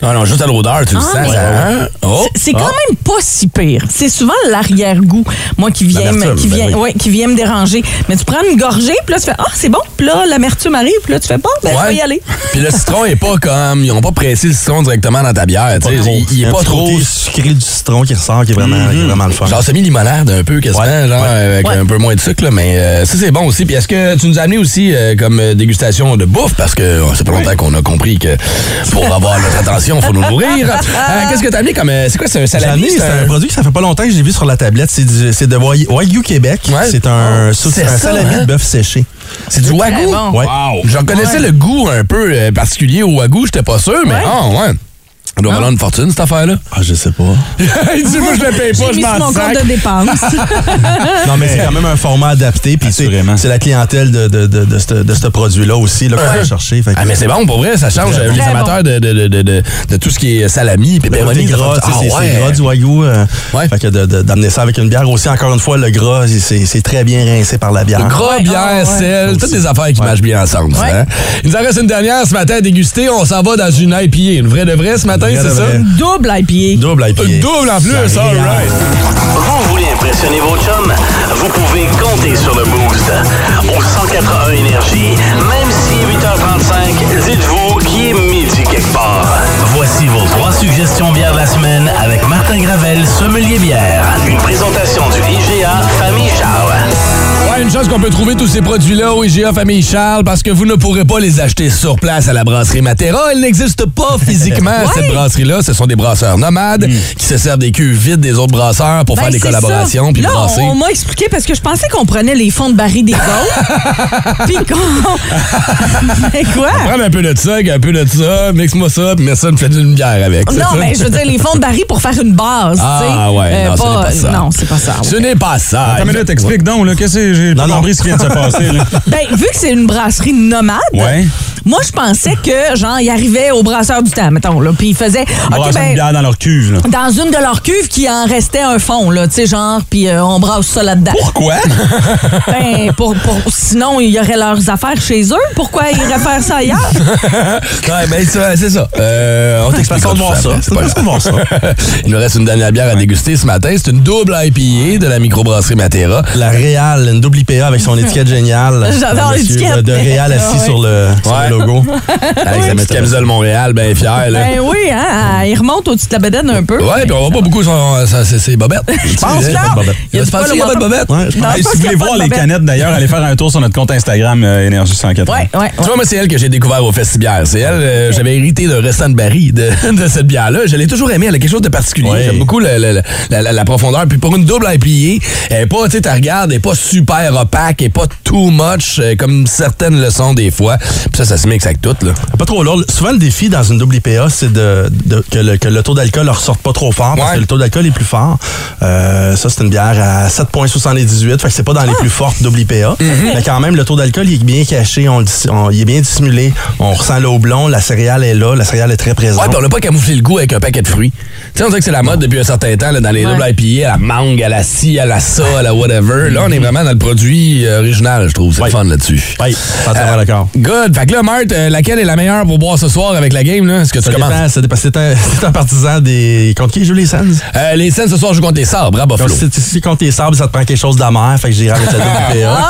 S3: Non, non, juste à l'odeur, tu le
S5: Ah,
S3: sens.
S5: ouais.
S3: ça, hein? Oh,
S5: C'est- C'est
S3: oh.
S5: quand même pas si pire. C'est souvent l'arrière-goût, moi, qui vient, me-
S17: L'amertume,
S5: qui,
S17: ben
S5: vient,
S17: oui.
S5: ouais, qui vient me déranger. Mais tu prends une gorgée, puis là, tu fais Ah, c'est bon. Puis là, l'amertume arrive, puis là, tu fais Bon, ben, je
S3: Ouais.
S5: vais y aller.
S3: Puis le citron est pas comme. Ils ont pas pressé le citron directement dans ta bière. tu sais. Il il
S17: Un
S3: est pas
S17: petit
S3: trop.
S17: côté sucré du citron qui ressort, qui est vraiment, qui est vraiment le fun.
S3: Mhm. Genre semi-limonade un peu, quasiment, genre avec
S5: Ouais.
S3: un peu moins de sucre, là, mais euh, ça c'est bon aussi. Puis est-ce que tu nous as amené aussi euh, comme euh, dégustation de bouffe, parce que oh, c'est pas longtemps qu'on a compris que pour avoir notre attention, faut nous nourrir. Euh, Qu'est-ce que t'as amené comme... euh, c'est quoi, c'est un salami?
S17: Salami, c'est un produit que ça fait pas longtemps que j'ai vu sur la tablette. C'est du- c'est de Wai- Wagyu Québec.
S3: Ouais.
S17: C'est un, c'est
S3: C'est
S17: un
S3: ça,
S17: salami
S3: hein?
S17: de bœuf séché.
S3: C'est du wagou?
S5: bon.
S17: Ouais.
S3: Wow. Je reconnaissais le goût un peu euh, particulier au wagou, j'étais pas sûr, mais ah, ouais. On doit valoir une fortune, cette affaire-là.
S17: Ah, je sais pas.
S3: Il dit, moi, je le paye pas,
S5: J'ai
S3: je
S5: mis
S3: m'en
S5: sur mon
S3: sac.
S5: compte de dépenses.
S17: Non, mais c'est quand même un format adapté. Puis, tu sais, c'est la clientèle de, de, de, de ce de ce produit-là aussi là, qu'on va chercher.
S3: Ah, mais c'est bon, pour vrai, ça change euh, les amateurs de, de, de, de, de- de tout ce qui est salami, pepperoni.
S17: C'est Ben, gras,
S3: ça-
S17: tu sais,
S3: Ah,
S17: c'est
S3: ouais.
S17: c'est gras du wagyu. euh, Fait que de- de- d'amener ça avec une bière aussi, encore une fois, le gras, c'est c'est très bien rincé par la bière.
S3: Le gras,
S17: ah,
S5: ah,
S3: bière, sel, toutes des affaires qui marchent bien ensemble. ça, hein? Il nous en reste une dernière ce matin à déguster. On s'en va dans une IPA. Une vraie de vraie ce matin,
S17: vraie
S3: c'est
S17: de
S3: ça?
S17: vraie.
S5: Double IPA.
S17: Double IPA.
S3: Double en plus, all right.
S8: Vous voulez impressionner vos chums? Vous pouvez compter sur le Boost. Au 181 Énergie, même si 8h35, dites-vous qu'il est midi quelque part. Voici vos trois suggestions bières de la semaine avec Martin Gravel, sommelier bière. Une présentation du IGA Famille Charles.
S3: Ouais, une chance qu'on peut trouver tous ces produits-là au IGA Famille Charles parce que vous ne pourrez pas les acheter sur place à la brasserie Matera. Elle n'existe pas physiquement, cette brasserie-là. Ce sont des brasseurs nomades qui se servent des cuves vides des autres brasseurs
S5: Mm.
S3: pour
S5: Ben,
S3: faire des
S5: c'est ça.
S3: collaborations puis
S5: Là,
S3: brasser.
S5: on, on m'a expliqué parce que je pensais qu'on prenait les fonds de baril des côtes. puis qu'on. mais quoi?
S3: Prends un peu de ça, un peu de ça, mixe-moi ça, puis mets ça, me fait une bière avec. c'est
S5: Non,
S3: ça?
S5: mais je veux dire, les fonds de baril pour faire une base.
S3: Ah
S5: tu sais.
S3: ouais,
S5: Euh,
S3: non, ce n'est pas ça.
S5: Non, c'est pas ça. ouais.
S3: Ce n'est pas ça.
S4: Attends, mais là, t'expliques donc, là, qu'est-ce que j'ai pas compris ce qui vient de se passer, là.
S5: Ben, vu que c'est une brasserie nomade,
S4: Ouais.
S5: moi, je pensais que, genre, ils arrivaient au brasseur du temps, mettons, là, puis ils faisaient. OK,
S4: Brasser une
S5: ben,
S4: bière dans leur cuve, là.
S5: dans une de leurs cuves qui en restait un fond, là, tu sais, genre, puis euh, on brasse ça là-dedans.
S4: Pourquoi?
S5: Ben, pour, pour- sinon, il y aurait leurs affaires chez eux. Pourquoi ils iraient faire ça ailleurs?
S3: ouais, ben, ça, c'est ça. Euh, on t'explique
S4: façon de voir ça.
S3: C'est pas grave. Il nous reste une dernière bière à déguster ce matin. C'est une double IPA de la microbrasserie Matera.
S17: La Réal, une double IPA avec son étiquette géniale.
S5: J'adore
S17: Monsieur,
S5: l'étiquette.
S17: De Réal assis
S5: Ah ouais.
S17: sur, le, sur le logo.
S3: Avec sa petite camisole Montréal, ben fier, là.
S5: Ben oui, hein, ils remontent au-dessus de la bedaine un peu.
S3: Ouais, puis on voit pas beaucoup euh, son, sa- ses, ses bobettes. Je
S5: pense
S3: Il y a
S5: pas.
S3: Il
S5: Il y a
S3: se
S5: pas
S3: passe
S5: le
S3: qu'il y a pas de
S5: moment.
S3: bobettes.
S5: Non, je
S4: Hey,
S5: pense
S4: si vous
S5: qu'il y a
S4: voulez
S5: pas
S4: voir
S5: de
S4: les
S5: bobette.
S4: canettes, d'ailleurs, allez faire un tour sur notre compte Instagram euh, Énergie 104.
S5: Ouais, ouais,
S3: Tu
S5: ouais.
S3: vois, moi, c'est elle que j'ai découvert au Festibière. C'est elle, euh, j'avais hérité d'un restant de baril de, de cette bière-là. Je l'ai toujours aimée. Elle a quelque chose de particulier.
S4: Ouais.
S3: J'aime beaucoup le- le- la, la- la profondeur. Puis pour une double IPA, elle est pas, tu sais, tu regardes, elle est pas super opaque, elle est pas too much, euh, comme certaines le sont des fois. Puis ça, ça se mixe avec tout, là.
S17: Pas trop lourd. Souvent, le défi dans une double IPA, c'est de, de- que, le, que le taux d'alcool ne ressorte pas trop fort parce que le taux d'alcool est plus fort. Euh, ça, c'est une bière à 7,78. Fait que c'est pas dans les plus fortes double IPA.
S3: Mhm.
S17: Mais quand même, le taux d'alcool, il est bien caché. On, le dis- on- il est bien dissimulé. On ressent le houblon. La céréale est là. La céréale est très présente.
S3: Ouais, puis on n'a pas camouflé le goût avec un paquet de fruits. Tu sais, on dirait que c'est la mode depuis un certain temps là, dans les
S5: Ouais.
S3: double IPA, à la mangue, à la scie, à la ça, à la whatever. Là, on est vraiment dans le produit euh, original, je trouve. C'est le fun là-dessus. Euh,
S17: Oui, entièrement d'accord.
S3: Good. Fait que là, Marthe, euh, laquelle est la meilleure pour boire ce soir avec la game? là? Est-ce que tu
S17: Ça
S3: commences?
S17: dépend, ça dépend. C'est un, c'est un partisan des. Contre qui joue les Sands?
S3: Euh, les scènes ce soir, je compte les sabres à
S17: Donc,
S3: Buffalo.
S17: si tu- si contre les sables, ça te prend quelque chose d'amer, fait que j'irai avec la WPA.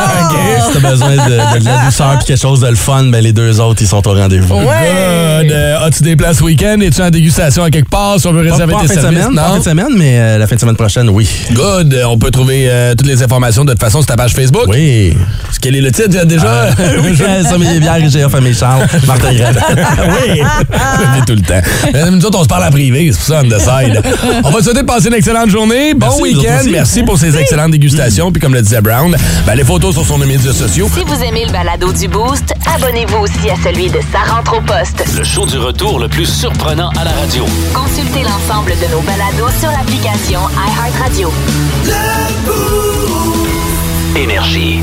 S17: Si t'as besoin de, de- de la douceur puis quelque chose de le fun, ben les deux autres, ils sont au rendez-vous.
S3: Good. Euh, As-tu des places week-end? Es-tu en dégustation à quelque part? Si on veut
S17: Pas,
S3: réserver
S17: pas en
S3: tes
S17: fin de
S3: services,
S17: semaine, pas en
S3: non?
S17: fin de semaine, mais euh, la fin de semaine prochaine, oui.
S3: Good. Euh, On peut trouver euh, toutes les informations de toute façon sur ta page Facebook.
S17: Oui. Ah.
S3: Quel est le titre euh, déjà?
S17: Oui, sommelier bière, IGA, famille Charles, Martin Gravel.
S3: oui. Je le dis tout le temps. Mais nous autres, on se parle à privé, c'est pour ça, on decide. On va te souhaiter de passer une excellente journée. Bon
S17: Merci, vous autres
S3: week-end.
S17: aussi.
S3: Merci pour ces excellentes dégustations. Puis comme le disait Brown, ben, les photos sont sur nos médias sociaux.
S1: Si vous aimez le balado du Boost, abonnez-vous aussi à celui de Sa rentre au poste.
S8: Le show du retour le plus surprenant à la radio.
S1: Consultez l'ensemble de nos balados sur l'application iHeartRadio.
S8: Énergie.